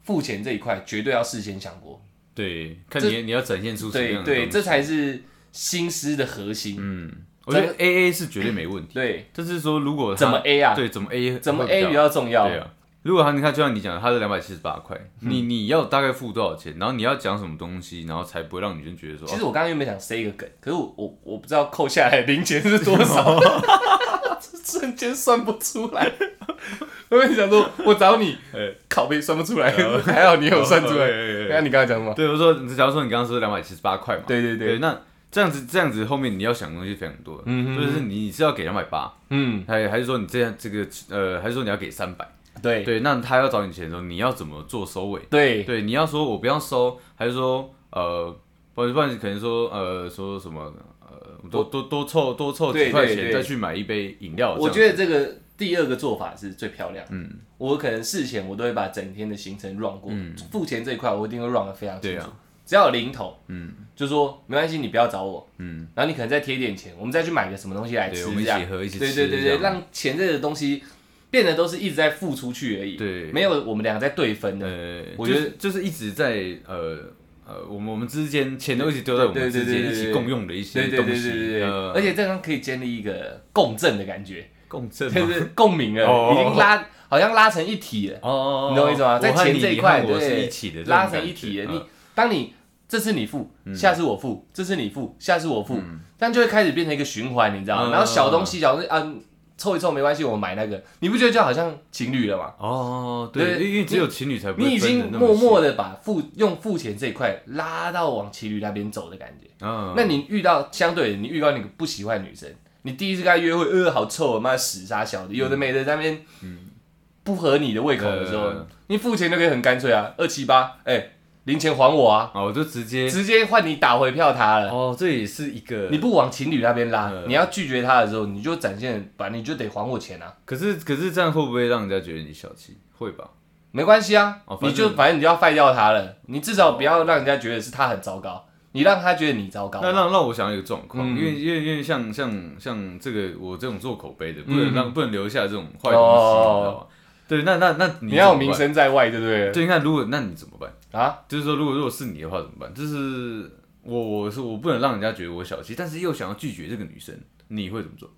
Speaker 1: 付钱这一块绝对要事先想过，
Speaker 2: 对，看你你要展现出什么
Speaker 1: 对
Speaker 2: 样的
Speaker 1: 对，
Speaker 2: 东西。
Speaker 1: 这才是心思的核心。
Speaker 2: 嗯，我觉得 A A 是绝对没问题，
Speaker 1: 对，
Speaker 2: 但是说如果他
Speaker 1: 怎么 A 啊？
Speaker 2: 对怎么 A
Speaker 1: 怎么
Speaker 2: 会比
Speaker 1: A
Speaker 2: 较
Speaker 1: 比较重要？嗯
Speaker 2: 对啊，如果他你看，就像你讲的，他是两百七十八块，你你要大概付多少钱，然后你要讲什么东西，然后才不会让女生觉得说，
Speaker 1: 其
Speaker 2: 哦
Speaker 1: 实我刚刚原本想塞一个梗，可是我我我不知道扣下来零钱是多 少，瞬间算不出来。我跟你讲说，我找你
Speaker 2: 哎，
Speaker 1: 拷贝算不出来，还好你有算出
Speaker 2: 哦
Speaker 1: 来。
Speaker 2: 哎哎
Speaker 1: 那
Speaker 2: 哎
Speaker 1: 你刚才讲什么？
Speaker 2: 对，我说，假如说你刚刚说两百七十八块嘛，
Speaker 1: 对对对，
Speaker 2: 那这样子这样子后面你要想的东西非常多，
Speaker 1: 嗯嗯嗯
Speaker 2: 就是你是要给两百八，
Speaker 1: 嗯，
Speaker 2: 还还是说你这样这个呃，还是说你要给三百？
Speaker 1: 对
Speaker 2: 对，那他要找你钱的时候，你要怎么做收尾？
Speaker 1: 对，
Speaker 2: 对，你要说我不要收，还是说呃，不然不然可能说呃说什么呃，多多多凑多凑
Speaker 1: 对
Speaker 2: 几块
Speaker 1: 对
Speaker 2: 钱
Speaker 1: 对
Speaker 2: 再去买一杯饮料，
Speaker 1: 我
Speaker 2: 这样
Speaker 1: 觉得这个第二个做法是最漂亮。嗯，我可能事前我都会把整天的行程 run 过，付钱这一块我一定会 run 的非常清
Speaker 2: 嗯对
Speaker 1: 楚。
Speaker 2: 啊
Speaker 1: 只要有零头，
Speaker 2: 嗯
Speaker 1: 就说没关系，你不要找我。
Speaker 2: 嗯，
Speaker 1: 然后你可能再贴点钱，我们再去买个什么东西来吃，
Speaker 2: 对我们一
Speaker 1: 这样
Speaker 2: 起喝一起
Speaker 1: 啊对
Speaker 2: 吃
Speaker 1: 对对
Speaker 2: 这
Speaker 1: 对，
Speaker 2: 样
Speaker 1: 让钱这个东西变得都是一直在付出去而已，
Speaker 2: 对
Speaker 1: 没有我们两个在对分的。
Speaker 2: 呃，
Speaker 1: 我
Speaker 2: 就
Speaker 1: 觉
Speaker 2: 是就是一直在呃呃，我们我们之间钱都一直丢在我
Speaker 1: 对
Speaker 2: 们
Speaker 1: 对
Speaker 2: 之
Speaker 1: 对对
Speaker 2: 间，一
Speaker 1: 对
Speaker 2: 起
Speaker 1: 对
Speaker 2: 共用的一些
Speaker 1: 对对对
Speaker 2: 东
Speaker 1: 对
Speaker 2: 西，
Speaker 1: 对对，
Speaker 2: 呃
Speaker 1: 而且这样可以建立一个共振的感觉，
Speaker 2: 共振
Speaker 1: 就
Speaker 2: 嘛。
Speaker 1: 是共鸣
Speaker 2: 哦
Speaker 1: 了，已经拉好像拉成一体了。
Speaker 2: 哦
Speaker 1: 你懂我意思吗？在
Speaker 2: 和
Speaker 1: 钱
Speaker 2: 你
Speaker 1: 这一
Speaker 2: 和
Speaker 1: 块，
Speaker 2: 我
Speaker 1: 对，
Speaker 2: 是一起的这种
Speaker 1: 拉
Speaker 2: 感觉，
Speaker 1: 成一体的。
Speaker 2: 嗯
Speaker 1: 你当你这次你付，下次我付，这次你付，下次我付，但就会开始变成一个循环，你知道吗？
Speaker 2: 嗯
Speaker 1: 然后小东西小东西啊，凑一凑没关系，我买那个，你不觉得就好像情侣了吗？
Speaker 2: 哦，
Speaker 1: 对
Speaker 2: 对，因为只有情侣才不会
Speaker 1: 你已
Speaker 2: 分得
Speaker 1: 经
Speaker 2: 那么细
Speaker 1: 默默的把付用付钱这一块拉到往情侣那边走的感觉。
Speaker 2: 嗯，
Speaker 1: 那你遇到相对的你遇到你不喜欢的女生，你第一次跟她约会，呃，好臭，妈屎沙小的，有的没的在那边，不合你的胃口的时候
Speaker 2: 嗯呃，
Speaker 1: 你付钱就可以很干脆啊，二七八，哎，零钱还我啊，
Speaker 2: 哦，我就直接
Speaker 1: 直接换你打回票他了。
Speaker 2: 哦，这也是一个
Speaker 1: 哎你不往情侣那边拉，
Speaker 2: 呃
Speaker 1: 你要拒绝他的时候，你就展现，把你就得还我钱啊，
Speaker 2: 可是可是这样会不会让人家觉得你小气？会吧？
Speaker 1: 没关系啊，
Speaker 2: 哦反正哦
Speaker 1: 你就反正你就要废掉他了，你至少不要让人家觉得是他很糟糕，你让他觉得你糟糕。
Speaker 2: 那让让我想到一个状况，
Speaker 1: 哦嗯
Speaker 2: 因为因为因为像像像这个我这种做口碑的，不
Speaker 1: 嗯
Speaker 2: 能让不能留下这种坏东西，
Speaker 1: 哦
Speaker 2: 你知道吗？对，那那那
Speaker 1: 你要有
Speaker 2: 怎么
Speaker 1: 名
Speaker 2: 办。
Speaker 1: 声在外，对不对？
Speaker 2: 对，那如果那你怎么办？
Speaker 1: 啊，
Speaker 2: 就是说，如果如果是你的话怎么办？就是我我是我不能让人家觉得我小气，但是又想要拒绝这个女生，你会怎么做？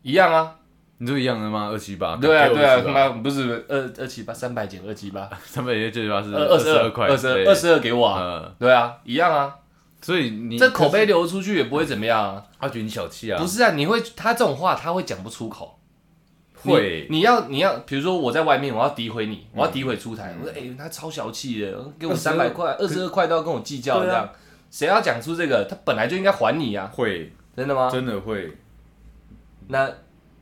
Speaker 1: 一样啊，
Speaker 2: 你都一样的吗？二七八，
Speaker 1: 对啊，
Speaker 2: 给我
Speaker 1: 对啊，
Speaker 2: 28
Speaker 1: 他妈不 是二二七八三百减二七八，
Speaker 2: 三百九十八是
Speaker 1: 呃啊二十
Speaker 2: 二
Speaker 1: 二
Speaker 2: 块，
Speaker 1: 二十
Speaker 2: 对
Speaker 1: 二二十二给我啊，
Speaker 2: 呃，
Speaker 1: 对啊，一样啊，
Speaker 2: 所以你
Speaker 1: 这口碑流出去也不会怎么样啊，
Speaker 2: 他觉得你小气啊，
Speaker 1: 不是啊，你会他这种话他会讲不出口，
Speaker 2: 会
Speaker 1: 你，你要你要，比如说我在外面我要诋毁你，我要诋毁出台，我说哎他超小气的，给我
Speaker 2: 22
Speaker 1: 三百块，嗯二十二块都要跟我计较
Speaker 2: 对
Speaker 1: 这
Speaker 2: 啊
Speaker 1: 样，谁要讲出这个，他本来就应该还你啊，
Speaker 2: 会
Speaker 1: 真的吗？
Speaker 2: 真的会。
Speaker 1: 那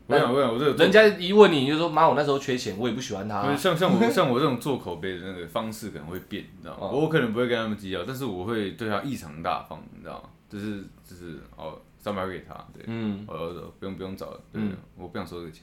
Speaker 2: 我想我想我这个
Speaker 1: 人家一问你你就说妈我那时候缺钱，我也不喜欢他
Speaker 2: 因为
Speaker 1: 啊，
Speaker 2: 像像 我像我这种做口碑的那个方式可能会变，你知道吗？
Speaker 1: 哦
Speaker 2: 我可能不会跟他们计较，但是我会对他异常大方，你知道吗？就是就是哦，三百给他，对，哦
Speaker 1: 嗯，
Speaker 2: 我我不用不用找了，对，
Speaker 1: 嗯
Speaker 2: 我不想收这个钱。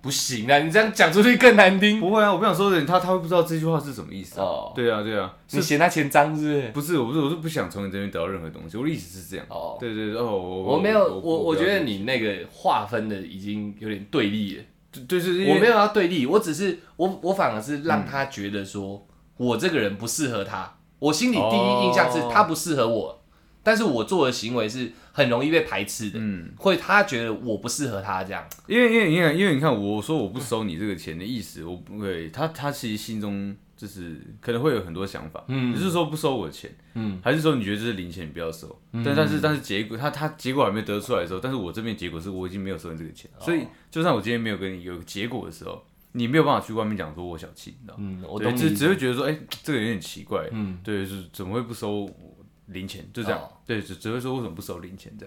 Speaker 1: 不行啊，你这样讲出去更难听。
Speaker 2: 不会啊，我不想收这个钱，他他会不知道这句话是什么意思啊？
Speaker 1: 哦
Speaker 2: 对啊对啊，
Speaker 1: 你
Speaker 2: 是
Speaker 1: 嫌他钱脏是不是？
Speaker 2: 不是我不是我是不想从你这边得到任何东西，我的意思是这样。
Speaker 1: 哦，
Speaker 2: 对对对哦，我
Speaker 1: 我没有，我我
Speaker 2: 不
Speaker 1: 觉
Speaker 2: 要
Speaker 1: 得
Speaker 2: 这个
Speaker 1: 你那个划分的已经有点对立了。
Speaker 2: 就就是因为
Speaker 1: 我没有要对立，我只是我我反而是让他觉得说、我这个人不适合他，我心里第一印象是
Speaker 2: 哦
Speaker 1: 他不适合我，但是我做的行为是很容易被排斥的，
Speaker 2: 嗯。
Speaker 1: 会他觉得我不适合他这样。
Speaker 2: 因为因为因为因为你看，我说我不收你这个钱的意思，我不会，他他其实心中就是可能会有很多想法，
Speaker 1: 嗯
Speaker 2: 你是说不收我的钱，
Speaker 1: 嗯，
Speaker 2: 还是说你觉得这是零钱你不要收？但但是但是结果他他结果还没得出来的时候，但是我这边结果是我已经没有收你这个钱，
Speaker 1: 哦
Speaker 2: 所以就算我今天没有跟你有结果的时候，你没有办法去外面讲说我小气，你知道吗？
Speaker 1: 嗯，我
Speaker 2: 对，
Speaker 1: 懂
Speaker 2: 只
Speaker 1: 你。
Speaker 2: 只会觉得说，哎、这个有点奇怪，
Speaker 1: 嗯，
Speaker 2: 对，是怎么会不收零钱？就这样，
Speaker 1: 哦
Speaker 2: 对，只只会说为什么不收零钱这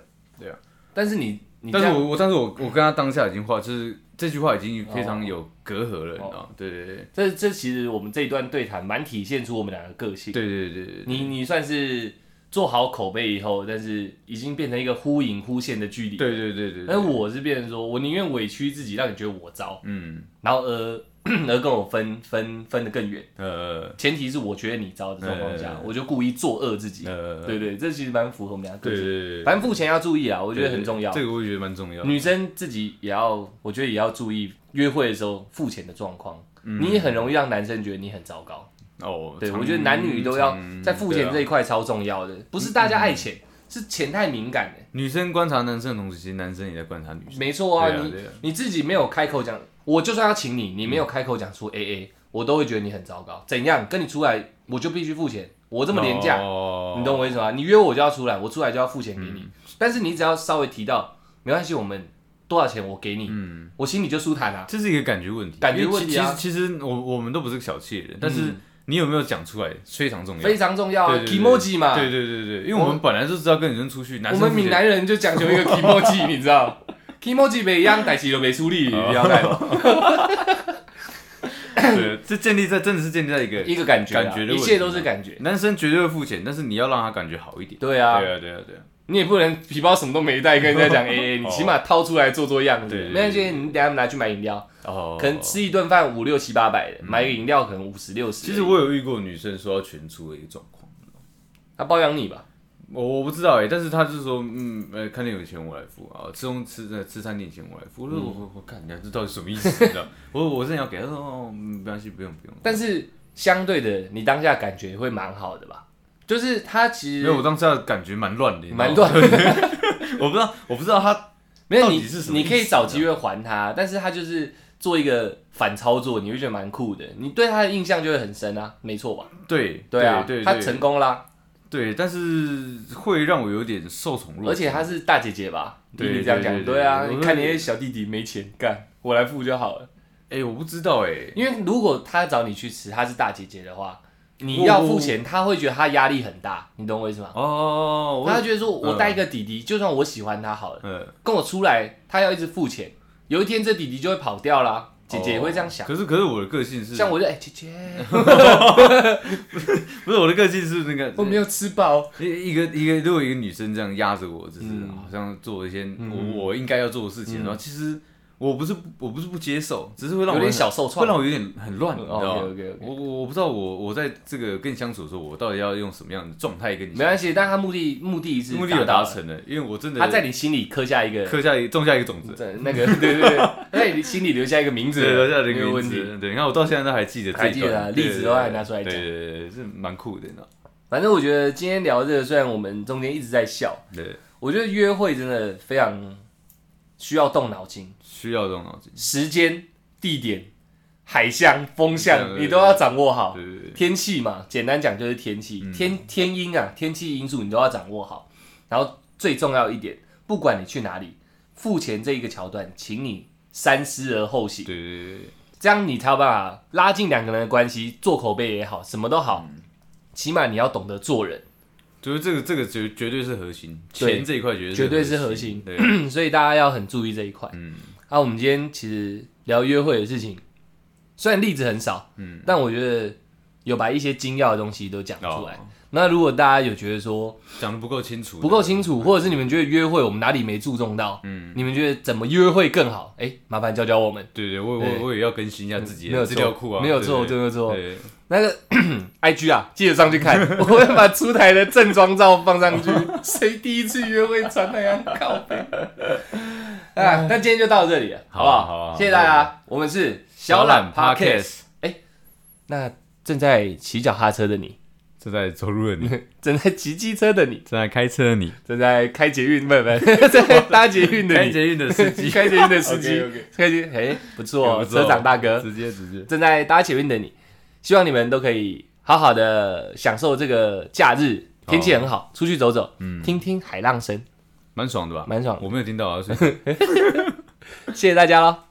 Speaker 2: 样。
Speaker 1: 但是你你这
Speaker 2: 但是
Speaker 1: 样
Speaker 2: 我我但是我我跟他当下已经话就是这句话已经非
Speaker 1: 哦
Speaker 2: 常有隔阂了，你知道吗？对对对
Speaker 1: 这这其实我们这一段对谈蛮体现出我们两个个性。
Speaker 2: 对对对对对，
Speaker 1: 你你算是做好口碑以后，但是已经变成一个忽隐忽现的距离。
Speaker 2: 对对对对
Speaker 1: 但
Speaker 2: 对，
Speaker 1: 是我是变成说，我宁愿委屈自己，让你觉得我糟，
Speaker 2: 嗯
Speaker 1: 然后而 而跟我分分分得更远。
Speaker 2: 呃
Speaker 1: 前提是我觉得你糟的状况下
Speaker 2: 呃，
Speaker 1: 我就故意作恶自己。
Speaker 2: 呃，
Speaker 1: 对对，这其实蛮符合我们俩个
Speaker 2: 对对
Speaker 1: 性。
Speaker 2: 对，
Speaker 1: 反正付钱要注意啊，我觉得很重要
Speaker 2: 这。个我也觉得蛮重要的。
Speaker 1: 女生自己也要，我觉得也要注意约会的时候付钱的状况。
Speaker 2: 嗯
Speaker 1: 你也很容易让男生觉得你很糟糕。
Speaker 2: 哦，
Speaker 1: 对，
Speaker 2: 常
Speaker 1: 我觉得男女都要
Speaker 2: 常
Speaker 1: 在付钱这
Speaker 2: 对啊
Speaker 1: 一块超重要的，不是大家爱钱，是钱太敏感了。
Speaker 2: 女生观察男生的同时，其实男生也在观察女生。
Speaker 1: 没错啊，
Speaker 2: 对啊
Speaker 1: 你
Speaker 2: 对啊
Speaker 1: 你自己没有开口讲，我就算要请你，你没有开口讲
Speaker 2: 嗯
Speaker 1: 出 A A，我都会觉得你很糟糕。怎样跟你出来，我就必须付钱，我这么廉价，
Speaker 2: 哦嗯
Speaker 1: 你懂我意思吗？你约我就要出来，我出来就要付钱给你。但是你只要稍微提到，没关系，我们多少钱我给你，
Speaker 2: 嗯，
Speaker 1: 我心里就舒坦了、啊。
Speaker 2: 这是一个感觉问题，
Speaker 1: 感觉问题啊嗯
Speaker 2: 因为其其实其实我我们都不是小气的人，但是你有没有讲出来非常重要。
Speaker 1: 非常重要啊
Speaker 2: 嗯对对对
Speaker 1: ，emoji 嘛，
Speaker 2: 对对对对，因为我们本来就知道跟女生出去，男
Speaker 1: 我
Speaker 2: 生
Speaker 1: 们
Speaker 2: 付钱
Speaker 1: 闽南人就讲 究一个 emoji，你知道，emoji 每一样代志都没处理，
Speaker 2: 哦
Speaker 1: 你知道 吗？
Speaker 2: 对，这建立在真的是建立在一个
Speaker 1: 一个感觉啊，
Speaker 2: 感觉的
Speaker 1: 一
Speaker 2: 问题
Speaker 1: 切都是感觉。
Speaker 2: 男生绝对会付钱，但是你要让他感觉好一点。
Speaker 1: 对啊，
Speaker 2: 对啊，对啊，对啊，
Speaker 1: 你也不能皮包什么都没带，跟 人家讲 A A，你起码掏出来做做样子。
Speaker 2: 哦对对对
Speaker 1: 没关系，你等下拿去买饮料，
Speaker 2: 哦嗯
Speaker 1: 可能吃一顿饭五六七八百的，买个饮料可能五十六十。
Speaker 2: 其实我有遇过女生说要全出的一个状况，
Speaker 1: 他包养你吧，
Speaker 2: 我我不知道哎、但是她是说，嗯，呃，看店有钱我来付啊，吃东吃呃吃餐厅钱我来付。我说我我我看你这到底什么意思？你知道？我我真的要给她说，哦，嗯没关系，不用不用。
Speaker 1: 但是相对的，你当下感觉会蛮好的吧？就是他其
Speaker 2: 没有，
Speaker 1: 实
Speaker 2: 我当下感觉蛮乱的，你知道吗
Speaker 1: 蛮，乱的，
Speaker 2: 我不知道，我不知道她
Speaker 1: 没有
Speaker 2: 到底
Speaker 1: 你
Speaker 2: 是什么
Speaker 1: 你
Speaker 2: 意思啊
Speaker 1: 可以找机会还他，但是他就是做一个反操作，你会觉得蛮酷的，你对他的印象就会很深啊，没错吧？
Speaker 2: 对
Speaker 1: 对啊，
Speaker 2: 对，
Speaker 1: 他
Speaker 2: 对
Speaker 1: 成功啦，
Speaker 2: 对，但是会让我有点受宠
Speaker 1: 而
Speaker 2: 若惊，
Speaker 1: 且她是大姐姐吧？
Speaker 2: 对
Speaker 1: 听你这样讲，
Speaker 2: 对对对
Speaker 1: 对啊，
Speaker 2: 我
Speaker 1: 你
Speaker 2: 会
Speaker 1: 看你那些小弟弟没钱干，我来付就好了。
Speaker 2: 哎、我不知道哎、
Speaker 1: 因为如果他找你去吃，她是大姐姐的话，你要付钱，她会觉得她压力很大，你懂我意思吗？
Speaker 2: 哦，
Speaker 1: 她
Speaker 2: 我嗯
Speaker 1: 会觉得说，我带一个弟弟，就算我喜欢他好了，
Speaker 2: 呃，
Speaker 1: 跟我出来，他要一直付钱，有一天这弟弟就会跑掉啦。姐姐也会这样想
Speaker 2: 哦，可是可是我的个性是，
Speaker 1: 像我就哎、姐姐，
Speaker 2: 不是我的个性是那个
Speaker 1: 我没有吃饱，
Speaker 2: 一一个一个，如果一个女生这样压着我，就是
Speaker 1: 嗯
Speaker 2: 好像做一些
Speaker 1: 嗯
Speaker 2: 我我应该要做的事情，
Speaker 1: 嗯
Speaker 2: 然后其实我不是我不是不接受，只是 会
Speaker 1: 有
Speaker 2: 让我
Speaker 1: 点
Speaker 2: 很
Speaker 1: 小受
Speaker 2: 会
Speaker 1: 创。嗯哦
Speaker 2: 让我有哦点很乱，你知道吗？
Speaker 1: OK，OK，OK
Speaker 2: 我我我不知道我我在这个跟你相处的时候，我到底要用什么样的状态跟你
Speaker 1: 没
Speaker 2: 相
Speaker 1: 关系，但他目的目的是
Speaker 2: 处？目的有
Speaker 1: 达
Speaker 2: 达
Speaker 1: 到了，
Speaker 2: 成了，因为我真的
Speaker 1: 他在你心里刻下一个
Speaker 2: 刻下一种下一个种子，
Speaker 1: 在那个 对对对，在你心里留下一个名字，
Speaker 2: 对，留下这
Speaker 1: 没
Speaker 2: 个
Speaker 1: 有
Speaker 2: 名
Speaker 1: 问题。
Speaker 2: 字，对，你看我到现在都还记得这
Speaker 1: 还
Speaker 2: 一段，
Speaker 1: 记得啊
Speaker 2: 对
Speaker 1: 例子都还拿出来讲
Speaker 2: 对对对对，是蛮酷的，你知道吗？
Speaker 1: 反正我觉得今天聊这个，虽然我们中间一直在笑，
Speaker 2: 对，
Speaker 1: 我觉得约会真的非常需要动脑筋，
Speaker 2: 需要这种脑筋，
Speaker 1: 时间、地点、海象、风
Speaker 2: 对对
Speaker 1: 向，
Speaker 2: 对
Speaker 1: 你都要掌握好。
Speaker 2: 对对嗯对，
Speaker 1: 天气嘛，简单讲就是天气，天天阴啊，天气因素你都要掌握好。然后最重要一点，不管你去哪里，付钱这一个桥段，请你三思而后行。
Speaker 2: 对对对对，
Speaker 1: 这样你才有办法拉近两个人的关系，做口碑也好，什么都好，
Speaker 2: 嗯
Speaker 1: 起码你要懂得做人，
Speaker 2: 就是这个这个绝绝对是核心，
Speaker 1: 对
Speaker 2: 钱这一块绝对
Speaker 1: 绝对是
Speaker 2: 核
Speaker 1: 核
Speaker 2: 心，
Speaker 1: 心。
Speaker 2: 对，
Speaker 1: 嗯所以大家要很注意这一块。
Speaker 2: 嗯，
Speaker 1: 啊，我们今天其实聊约会的事情，虽然例子很少，嗯，但我觉得有把一些精要的东西都讲 出来。
Speaker 2: 哦
Speaker 1: 那如果大家有觉得说
Speaker 2: 讲的不够清楚，
Speaker 1: 不够清
Speaker 2: 嗯
Speaker 1: 楚，或者是你们觉得约会我们哪里没注重到，嗯，你们觉得怎么约会更好？哎、麻烦教教我们。
Speaker 2: 对，对对，我
Speaker 1: 对
Speaker 2: 我我也要更新一下自己
Speaker 1: 没有
Speaker 2: 的
Speaker 1: 错
Speaker 2: 资料库啊，
Speaker 1: 没有错
Speaker 2: 对
Speaker 1: 没有错
Speaker 2: 对，
Speaker 1: 那个 IG 啊，记得上去 看，我会把出台的正装照放上去。谁第一次约会穿那样靠 背？啊，那今天就到这里了，好
Speaker 2: 哎好
Speaker 1: 不
Speaker 2: 啊
Speaker 1: 好？
Speaker 2: 好啊
Speaker 1: 谢谢大家，我们是小懒 Podcast。那正在骑脚踏车的你，
Speaker 2: 正在走路的你，正
Speaker 1: 正在骑机车的你，
Speaker 2: 在开车 的你，
Speaker 1: 正在开捷运，不不，正在搭捷运的
Speaker 2: 开
Speaker 1: 你，
Speaker 2: 捷运的司机，
Speaker 1: 开捷运的司机
Speaker 2: OK，OK，
Speaker 1: 开捷运，哎，不错，
Speaker 2: 不错哦
Speaker 1: 车长大 哥，
Speaker 2: 啊直接直接，
Speaker 1: 正在搭捷运的你，希望你们都可以好好的享受这个假日，天气很好，出去走走，听听海浪声，
Speaker 2: 蛮爽的吧？
Speaker 1: 蛮爽的
Speaker 2: 我没有听到啊，所以
Speaker 1: 谢谢大家喽。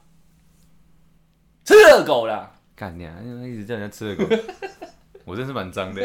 Speaker 1: 吃热狗啦！
Speaker 2: 干你啊！一直叫人家吃的狗，我真是蛮脏的。